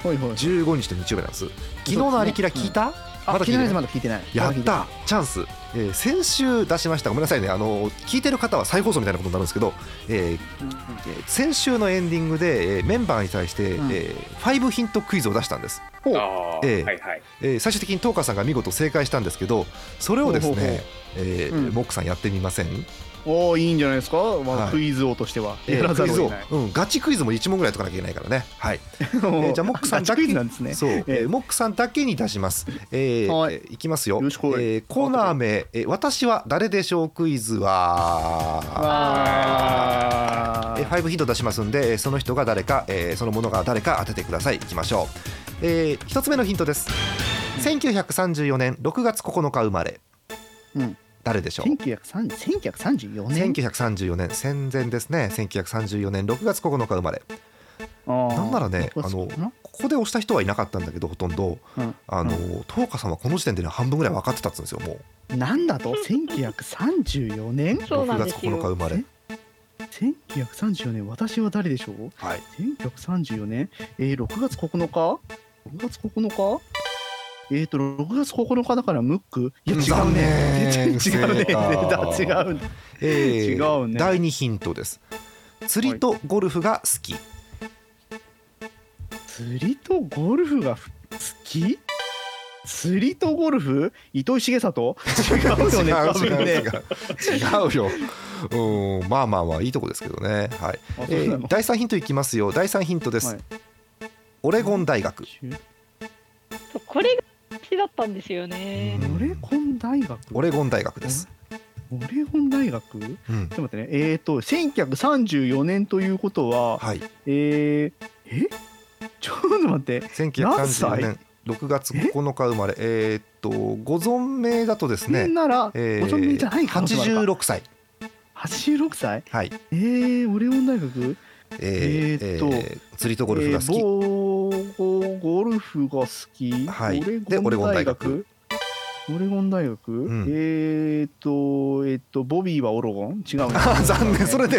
[SPEAKER 4] うほいほい
[SPEAKER 1] 15日と日曜日なんです昨日のありきら聞いた、
[SPEAKER 4] あ
[SPEAKER 1] まだ聞い
[SPEAKER 4] 聞い
[SPEAKER 1] てな
[SPEAKER 4] てないいですまだ聞いてない
[SPEAKER 1] やっ
[SPEAKER 4] まだ聞いてない
[SPEAKER 1] たチャンス、えー先週出しましたごめんなさいねあの聞いてる方は再放送みたいなことになるんですけど、えー
[SPEAKER 4] うんうん
[SPEAKER 1] えー先週のエンディングで、えーメンバーに対して、
[SPEAKER 4] うん
[SPEAKER 1] えー5ヒントクイズを出したんです
[SPEAKER 4] お
[SPEAKER 2] あー
[SPEAKER 1] ええ
[SPEAKER 2] はいはい
[SPEAKER 1] えー最終的に東川さんが見事正解したんですけどそれをです
[SPEAKER 4] ほうほうほ
[SPEAKER 1] ね
[SPEAKER 4] う
[SPEAKER 1] えー
[SPEAKER 4] うん
[SPEAKER 1] モックさんやってみません
[SPEAKER 4] おーいいんじゃないですか、まあ
[SPEAKER 1] はい
[SPEAKER 4] クイズ王としては、
[SPEAKER 1] え
[SPEAKER 4] やら
[SPEAKER 1] ー
[SPEAKER 4] ざ
[SPEAKER 1] クイ
[SPEAKER 4] る
[SPEAKER 1] ズ
[SPEAKER 4] を
[SPEAKER 1] を
[SPEAKER 4] 得ない、
[SPEAKER 1] うん、ガチクイズも1問ぐらいとかなきゃいけないからね、はいえーじゃあモックさんだ
[SPEAKER 4] ガ
[SPEAKER 1] け
[SPEAKER 4] チクイズなんですね
[SPEAKER 1] そう、え
[SPEAKER 4] え
[SPEAKER 1] ーモックさんだけに出します、えー
[SPEAKER 4] はい
[SPEAKER 1] えーいきますよ
[SPEAKER 4] よろしく
[SPEAKER 1] えーコーナー名、えー私は誰でしょうクイズは
[SPEAKER 4] わ
[SPEAKER 1] えー
[SPEAKER 4] ー
[SPEAKER 1] 5ヒント出しますんでえーその人が誰か、えーそのものが誰か当ててくださいいきましょう、え1つ目のヒントです1934年6月9日生まれ
[SPEAKER 4] うん、
[SPEAKER 1] 誰でしょう
[SPEAKER 4] 1930 1934年
[SPEAKER 1] 1934年戦前ですね1934年6月9日生まれなんならねあのここで押した人はいなかったんだけどほとんど
[SPEAKER 4] うん
[SPEAKER 1] あの、東花さんはこの時点でね半分ぐらい分かってたっつうんですよも
[SPEAKER 4] のなんだと1934年
[SPEAKER 3] そう
[SPEAKER 1] う
[SPEAKER 3] な
[SPEAKER 1] 6
[SPEAKER 3] んで
[SPEAKER 1] 月
[SPEAKER 3] す
[SPEAKER 1] 9日
[SPEAKER 3] よ。
[SPEAKER 1] 生まれ
[SPEAKER 4] え1934年私は誰でしょう
[SPEAKER 1] はい
[SPEAKER 4] 1934年えー、6月9日6月9日ええっ、と6月9日だからムックいや違う
[SPEAKER 1] 残
[SPEAKER 4] ね
[SPEAKER 1] 念
[SPEAKER 4] 全然違うね
[SPEAKER 1] 不正解
[SPEAKER 4] 全然違うね
[SPEAKER 1] えー
[SPEAKER 4] 違うね
[SPEAKER 1] 第2ヒントです釣りとゴルフが好き、
[SPEAKER 4] 釣りとゴルフがふ好き釣りとゴルフ糸井重里違うよね多
[SPEAKER 1] 違
[SPEAKER 4] 分
[SPEAKER 1] う違う違
[SPEAKER 4] ね
[SPEAKER 1] う違うようんまあまあまあいいとこですけどねはい、
[SPEAKER 4] あそう
[SPEAKER 1] え
[SPEAKER 4] なの
[SPEAKER 1] ー第3ヒントいきますよ第3ヒントです、
[SPEAKER 4] はい
[SPEAKER 1] オレゴン大学
[SPEAKER 3] そうこれが私だったんですよね。
[SPEAKER 4] オレゴン大学
[SPEAKER 1] オレゴン大学です、
[SPEAKER 4] オレゴン大学ちょっ
[SPEAKER 1] うん、
[SPEAKER 4] と待ってねえっ、と1934年ということは
[SPEAKER 1] はい
[SPEAKER 4] えー、えちょっと待って何
[SPEAKER 1] 1934
[SPEAKER 4] 歳
[SPEAKER 1] 年6月9日生まれえーっとご存命だとです
[SPEAKER 4] ね
[SPEAKER 1] ね、
[SPEAKER 4] なら、
[SPEAKER 1] え
[SPEAKER 4] ご存命じゃない
[SPEAKER 1] ー、
[SPEAKER 4] 可能性もあるか
[SPEAKER 1] 86歳
[SPEAKER 4] 86歳
[SPEAKER 1] はい
[SPEAKER 4] えー、オレゴン大学
[SPEAKER 1] えー
[SPEAKER 4] えーっと
[SPEAKER 1] えー釣りとゴルフが好き、
[SPEAKER 4] えーゴーゴルフが好き、
[SPEAKER 1] はいで
[SPEAKER 4] オレゴン大学オレゴン大学、
[SPEAKER 1] ん
[SPEAKER 4] えーっとえーっとボビーはオロゴン違うね
[SPEAKER 1] あ 残 念それで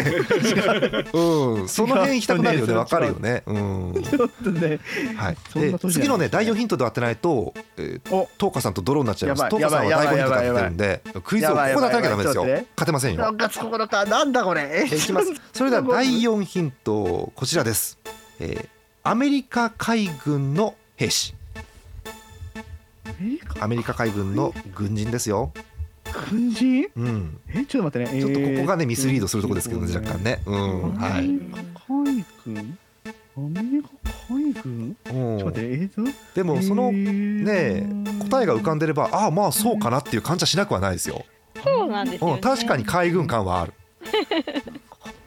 [SPEAKER 1] うんその辺行きたくなるよね
[SPEAKER 4] 違う
[SPEAKER 1] わかるよねうん
[SPEAKER 4] ちょっとね
[SPEAKER 1] はい
[SPEAKER 4] そんな
[SPEAKER 1] で
[SPEAKER 4] 年じゃない
[SPEAKER 1] 次のね代表ヒントで当てないとえー
[SPEAKER 4] お
[SPEAKER 1] トーカさんとドローになっちゃいます
[SPEAKER 4] や
[SPEAKER 1] ト
[SPEAKER 4] ば
[SPEAKER 1] ーカ
[SPEAKER 4] い
[SPEAKER 1] さんは
[SPEAKER 4] やば
[SPEAKER 1] 第
[SPEAKER 4] い
[SPEAKER 1] 5ヒント当ててるんでクイズをここで当てなきゃダメですよ
[SPEAKER 4] やばいやばいやばいちょっと待って
[SPEAKER 1] 勝てませんよ
[SPEAKER 4] 6月9日なんだこれ
[SPEAKER 1] えーいき ますそれでは第4ヒントこちらです、えーアメリカ海軍の兵士アメリカ海軍の軍人ですよ、
[SPEAKER 4] 軍人
[SPEAKER 1] うん、
[SPEAKER 4] えちょっと待ってね
[SPEAKER 1] ちょっとここがねミスリードするとこ
[SPEAKER 4] こ
[SPEAKER 1] ですけどね若干ねう
[SPEAKER 4] ア
[SPEAKER 1] んは
[SPEAKER 4] メ
[SPEAKER 1] い
[SPEAKER 4] リカ海軍アメリカ海軍
[SPEAKER 1] うん
[SPEAKER 4] ちょっと待って映像
[SPEAKER 1] でもそのね
[SPEAKER 4] ね
[SPEAKER 1] 答えが浮かん
[SPEAKER 4] で
[SPEAKER 1] でればああまあそうかなっていう感じはしなくはないですよ、
[SPEAKER 3] そうなんですよ、
[SPEAKER 1] う
[SPEAKER 3] ね。
[SPEAKER 1] ん、確かに海軍感はある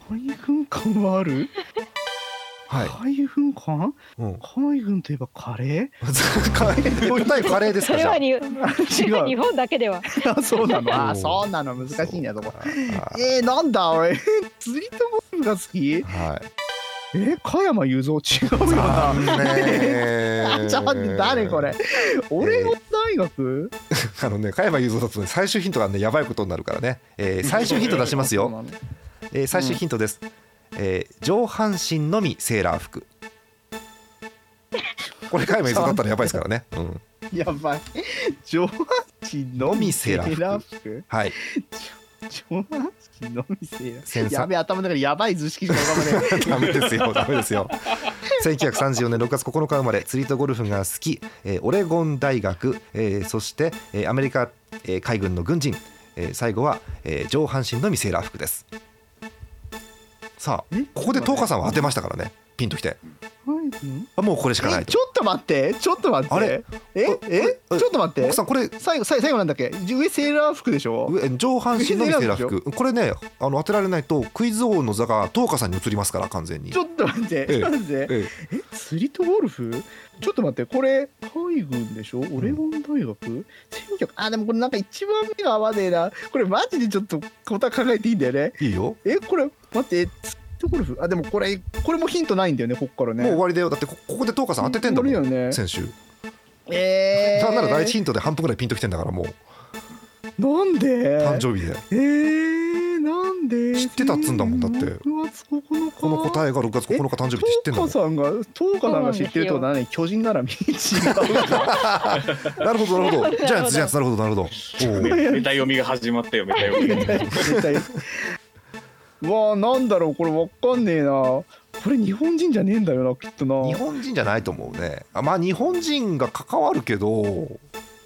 [SPEAKER 4] 海軍艦はある
[SPEAKER 1] はい、
[SPEAKER 4] 海軍艦
[SPEAKER 1] うん、
[SPEAKER 4] 海軍といえばカレ
[SPEAKER 1] カレー答えカレーです
[SPEAKER 3] そ
[SPEAKER 1] か
[SPEAKER 3] れ
[SPEAKER 1] じゃ
[SPEAKER 3] は
[SPEAKER 1] あ
[SPEAKER 3] にそれは
[SPEAKER 4] 違
[SPEAKER 3] 日
[SPEAKER 4] う
[SPEAKER 3] 本だけでは。
[SPEAKER 4] ーそうなの
[SPEAKER 1] おー
[SPEAKER 4] あーそうなの難しいんだそこ
[SPEAKER 1] あ
[SPEAKER 4] えー、なんだ俺釣りとゴルフが好きえ
[SPEAKER 1] ーはい
[SPEAKER 4] ー、加山雄三違うよな
[SPEAKER 1] 残念
[SPEAKER 4] ちょっと待って誰これオレゴン大学、
[SPEAKER 1] あのね加山雄三だとね最終ヒントがねやばいことになるからね、 えー最終ヒント出します
[SPEAKER 4] そ
[SPEAKER 1] よ、
[SPEAKER 4] うなの
[SPEAKER 1] えー最終ヒントです、えー上半身のみセーラー服これ加山雄三だったらやばいですから ね、うん、
[SPEAKER 4] やばい上半身のみセーラー服
[SPEAKER 1] はい
[SPEAKER 4] 上半身のみセーラ
[SPEAKER 1] 千
[SPEAKER 4] ー服
[SPEAKER 1] 三
[SPEAKER 4] やべえ頭の中でやばい図式しか浮かばない
[SPEAKER 1] ダメですよ、ダメですよ。1934年6月9日生まれ、釣りとゴルフが好き、えーオレゴン大学、えーそして、えーアメリカ、えー海軍の軍人、えー最後は、えー上半身のみセーラー服です。さあ
[SPEAKER 4] え、
[SPEAKER 1] ここで東花さんは当てましたからね、ピンときて、
[SPEAKER 4] 海軍
[SPEAKER 1] あもうこれしかな
[SPEAKER 4] え
[SPEAKER 1] い
[SPEAKER 4] ち
[SPEAKER 1] と。
[SPEAKER 4] ょっと待ってちょっと待って
[SPEAKER 1] あれ
[SPEAKER 4] ええ
[SPEAKER 1] ああ
[SPEAKER 4] ちょっと待って
[SPEAKER 1] 奥さん、これ、
[SPEAKER 4] 最後最後最後なんだっけ上セーラー服でしょ
[SPEAKER 1] 上上半身のみセーラー
[SPEAKER 4] セーラ
[SPEAKER 1] 服、これね、あの当てられないと、クイズ王の座が東花さんに移りますから、完全に
[SPEAKER 4] ち。ょっと待って、
[SPEAKER 1] ええ
[SPEAKER 4] 待って
[SPEAKER 1] え
[SPEAKER 4] え釣りとゴルフちょっと待ってこれ海軍でしょオレゴン大学、1900あでもこれなんか一番目が合わねえなこれマジでちょっと答え考えていいんだよね
[SPEAKER 1] えいいよ。
[SPEAKER 4] えこれ待って釣りとゴルフあでもこれこれもヒントないんだよねこっからね
[SPEAKER 1] もう終わりだよ。だってこ、ここで東花さん当ててんだも
[SPEAKER 4] こ
[SPEAKER 1] ん、
[SPEAKER 4] れよね
[SPEAKER 1] 先週。
[SPEAKER 4] えー、
[SPEAKER 1] なんなら第一ヒントで半分ぐらいピンときてんだからもう
[SPEAKER 4] なんで
[SPEAKER 1] 誕生日で
[SPEAKER 4] えー、なんで
[SPEAKER 1] 知ってたっつんだもんだって
[SPEAKER 4] 6月9日
[SPEAKER 1] この答えが6月9日誕生日って知ってんだも
[SPEAKER 4] トーカさんがトーカさんが知ってるってことは何巨人絡み違
[SPEAKER 1] んなるほどなる ほどジャイアンツジャイアンツなるほどなるほどおう
[SPEAKER 2] メタ読みが始まったよメタ読み
[SPEAKER 4] う絶 対うわあなんだろうこれわかんねえなこれ日本人じゃねえんだよなきっと
[SPEAKER 1] 日
[SPEAKER 4] な
[SPEAKER 1] 本人じゃないと思うねあまあ日本人が関わるけど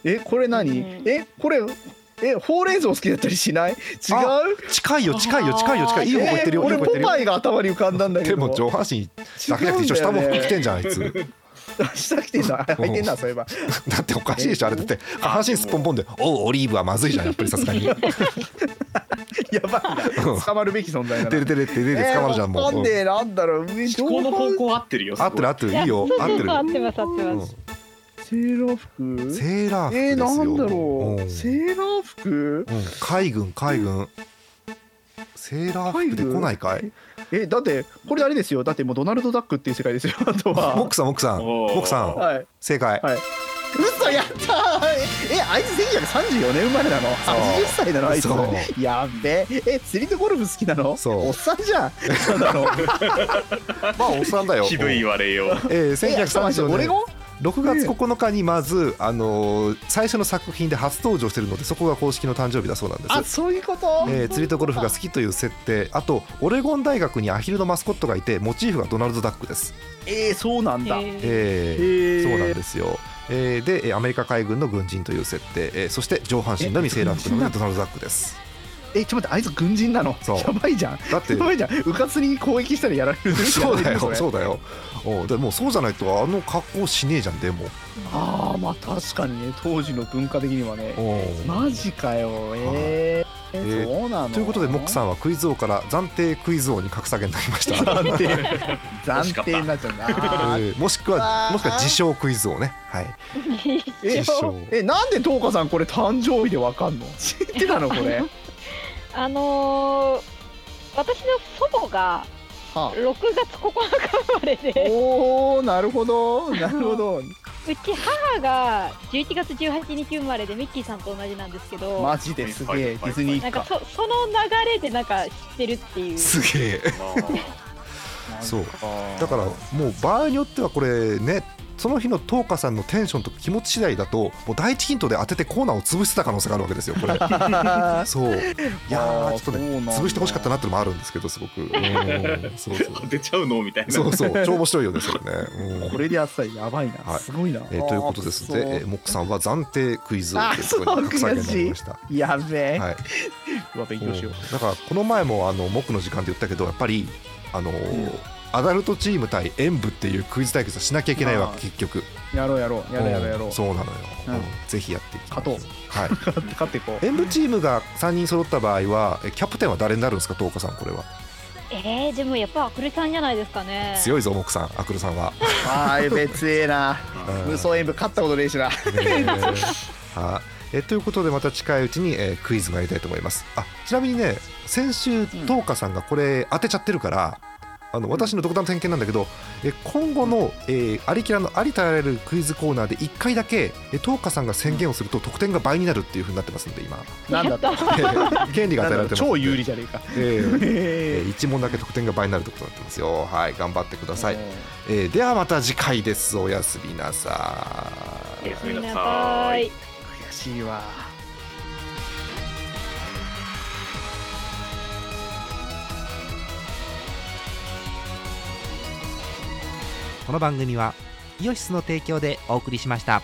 [SPEAKER 4] えこれ何、
[SPEAKER 3] うん
[SPEAKER 4] えこれえほうれん草好きだったりしない違う
[SPEAKER 1] 近いよ近いよ近いよ近いいい方向行ってるよいい
[SPEAKER 4] 俺
[SPEAKER 1] 方向行
[SPEAKER 4] ポ
[SPEAKER 1] ってるよ
[SPEAKER 4] パイが頭に浮かんだんだけ
[SPEAKER 1] で
[SPEAKER 4] ど
[SPEAKER 1] も上半身だけじゃなくて一応下も
[SPEAKER 4] 違うんだよね
[SPEAKER 1] 着てんじゃんあいつ
[SPEAKER 4] 下着てんだ履いてんだそういえば
[SPEAKER 1] だっておかしいでしょあれだって下半身すっぽんぽんで「おうオリーブはまずいじゃんやっぱりさすがに」
[SPEAKER 4] やばいな捕まるべき存在
[SPEAKER 1] 「
[SPEAKER 4] だ
[SPEAKER 1] て
[SPEAKER 4] な
[SPEAKER 1] れてれって出て捕まるじゃん
[SPEAKER 4] えーわ
[SPEAKER 1] も
[SPEAKER 4] か
[SPEAKER 1] ううん
[SPEAKER 4] ねえなんだろう上
[SPEAKER 2] 思考の方向合ってるよ」すご
[SPEAKER 1] 合
[SPEAKER 2] い
[SPEAKER 1] ってる合ってるいいよ
[SPEAKER 3] そう
[SPEAKER 1] 合
[SPEAKER 3] そう
[SPEAKER 1] って
[SPEAKER 3] そう
[SPEAKER 1] る
[SPEAKER 3] 合ってます合ってます。
[SPEAKER 4] セーラー服
[SPEAKER 1] セーラー服ですよ
[SPEAKER 4] えー、なんだろう、
[SPEAKER 1] ん
[SPEAKER 4] セーラー服
[SPEAKER 1] うん、海軍海軍セーラー服で来ないかい
[SPEAKER 4] えだってこれあれですよだってもうドナルド・ダックっていう世界ですよあとは
[SPEAKER 1] モックさんモックさん
[SPEAKER 2] お
[SPEAKER 1] モ
[SPEAKER 2] ー
[SPEAKER 1] ックさん
[SPEAKER 4] はい
[SPEAKER 1] 正解
[SPEAKER 4] はい嘘やったーええあいつ1934年生まれなの
[SPEAKER 1] そう
[SPEAKER 4] 80歳なのあいつ
[SPEAKER 1] そ
[SPEAKER 4] やっべええ釣りとゴルフ好きなの
[SPEAKER 1] そう
[SPEAKER 4] おっさんじゃんそうなの
[SPEAKER 1] まあおっさんだよ
[SPEAKER 2] ひどい言われよう
[SPEAKER 1] えー、
[SPEAKER 4] えあちょっと待ってオ
[SPEAKER 1] 1934
[SPEAKER 4] レ
[SPEAKER 1] 年
[SPEAKER 4] ゴン
[SPEAKER 1] 6月9日にまず、あのー最初の作品で初登場してるのでそこが公式の誕生日だそうなんです
[SPEAKER 4] あそういうこと
[SPEAKER 1] えー釣りとゴルフが好きという設定あとオレゴン大学にアヒルのマスコットがいてモチーフがドナルド・ダックです、
[SPEAKER 4] えー、そうなんだ
[SPEAKER 3] えー
[SPEAKER 1] えー
[SPEAKER 4] ー
[SPEAKER 1] そうなんですよ、えーでえーアメリカ海軍の軍人という設定、えーそして上半身のみセーラー服のみドナルド・ダックです
[SPEAKER 4] えちょっと待ってあいつ軍人なの
[SPEAKER 1] そう
[SPEAKER 4] やばいじゃん
[SPEAKER 1] だって
[SPEAKER 4] やばいじゃんうかつに攻撃したらやられ る
[SPEAKER 1] そうだよ
[SPEAKER 4] それ
[SPEAKER 1] そうだよおうでもうそうじゃないとあの格好しねえじゃんでも
[SPEAKER 4] ああまあ確かにね当時の文化的にはね
[SPEAKER 1] おう
[SPEAKER 4] マジかよえー
[SPEAKER 1] えー
[SPEAKER 4] そうなの
[SPEAKER 1] ということでモックさ
[SPEAKER 4] ん
[SPEAKER 1] んはクイズ王から暫定クイズ王に格下げになりま した
[SPEAKER 4] 暫 定暫定になっちゃうんだあー
[SPEAKER 1] えーもしくはもしくは自称クイズ王ねはい師
[SPEAKER 4] え
[SPEAKER 1] 匠
[SPEAKER 4] えなんで東花さんこれ誕生日でわ かんの知ってたのこれは
[SPEAKER 3] あのー私の祖母が
[SPEAKER 4] あ
[SPEAKER 3] 6月9日生まれで
[SPEAKER 4] おおなるほどなるほど
[SPEAKER 3] うち母が11月18日生まれでミッキーさんと同じなんですけど、
[SPEAKER 4] マジですげえディズニー
[SPEAKER 3] なん
[SPEAKER 4] 一
[SPEAKER 3] か
[SPEAKER 4] 家
[SPEAKER 3] そその流れでなんか知ってるっていう
[SPEAKER 1] すげえそうだからもう場合によってはこれねその日の東花さんのテンションと気持ち次第だともう第一ヒントで当ててコーナーを潰してた可能性があるわけですよこ れ
[SPEAKER 4] ら
[SPEAKER 1] そういやーちょっとね
[SPEAKER 4] ね
[SPEAKER 1] 潰してほしかったなってのもあるんですけどすご くうんそうそう
[SPEAKER 2] 当てちゃうのみたいな
[SPEAKER 1] そうそう超面白いよねそれね、うん
[SPEAKER 4] これでやってたらやばい
[SPEAKER 1] は
[SPEAKER 4] ないすごいな
[SPEAKER 1] えーということですの
[SPEAKER 4] あ
[SPEAKER 1] で、
[SPEAKER 4] ー
[SPEAKER 1] え
[SPEAKER 4] く
[SPEAKER 1] ー、モックさんは暫定クイズをというところに格下げになりました。
[SPEAKER 4] そやべえ
[SPEAKER 1] はい、
[SPEAKER 4] うわ勉強しよう
[SPEAKER 1] だからこの前もあのモックの時間で言ったけどやっぱりあのー
[SPEAKER 4] うん
[SPEAKER 1] アダルトチーム対演舞っていうクイズ対決はしなきゃいけないわ
[SPEAKER 4] まあ
[SPEAKER 1] け結局
[SPEAKER 4] やろうやろうやろうやろうやろ
[SPEAKER 1] ん
[SPEAKER 4] う
[SPEAKER 1] そうなのよ、
[SPEAKER 4] うん
[SPEAKER 1] うんぜひやっていきましょ
[SPEAKER 4] 勝と
[SPEAKER 1] はい
[SPEAKER 4] 勝っていこう
[SPEAKER 1] 演舞チームが3人揃った場合はえキャプテンは誰になるんですか東花さんこれは
[SPEAKER 3] えー、でもやっぱアクリさんじゃないですかね
[SPEAKER 1] 強いぞモックさんアクルさんは、
[SPEAKER 4] あー別ええな
[SPEAKER 1] うん
[SPEAKER 4] 無双演武勝ったことねえしな
[SPEAKER 1] ねえはいえということでまた近いうちに、えークイズもやりたいと思いますあちなみにね先週東花さんがこれ当てちゃってるから、あの私の独断と偏見なんだけどえ今後の、えー、アリキラのありとあらゆるクイズコーナーで1回だけえ東花さんが宣言をすると得点が倍になるっていうふうになってますんで今
[SPEAKER 4] なんだった
[SPEAKER 1] 権利が与えられてますんで
[SPEAKER 4] 超有利じ ゃねえか
[SPEAKER 1] えええ
[SPEAKER 4] え
[SPEAKER 1] ー一問だけ得点が倍になるってことになってますよはい頑張ってください、
[SPEAKER 4] え
[SPEAKER 1] えーではまた次回ですおやすみなさ
[SPEAKER 2] おやすみなさーい
[SPEAKER 3] い
[SPEAKER 4] 悔しいわ
[SPEAKER 6] この番組はイオシスの提供でお送りしました。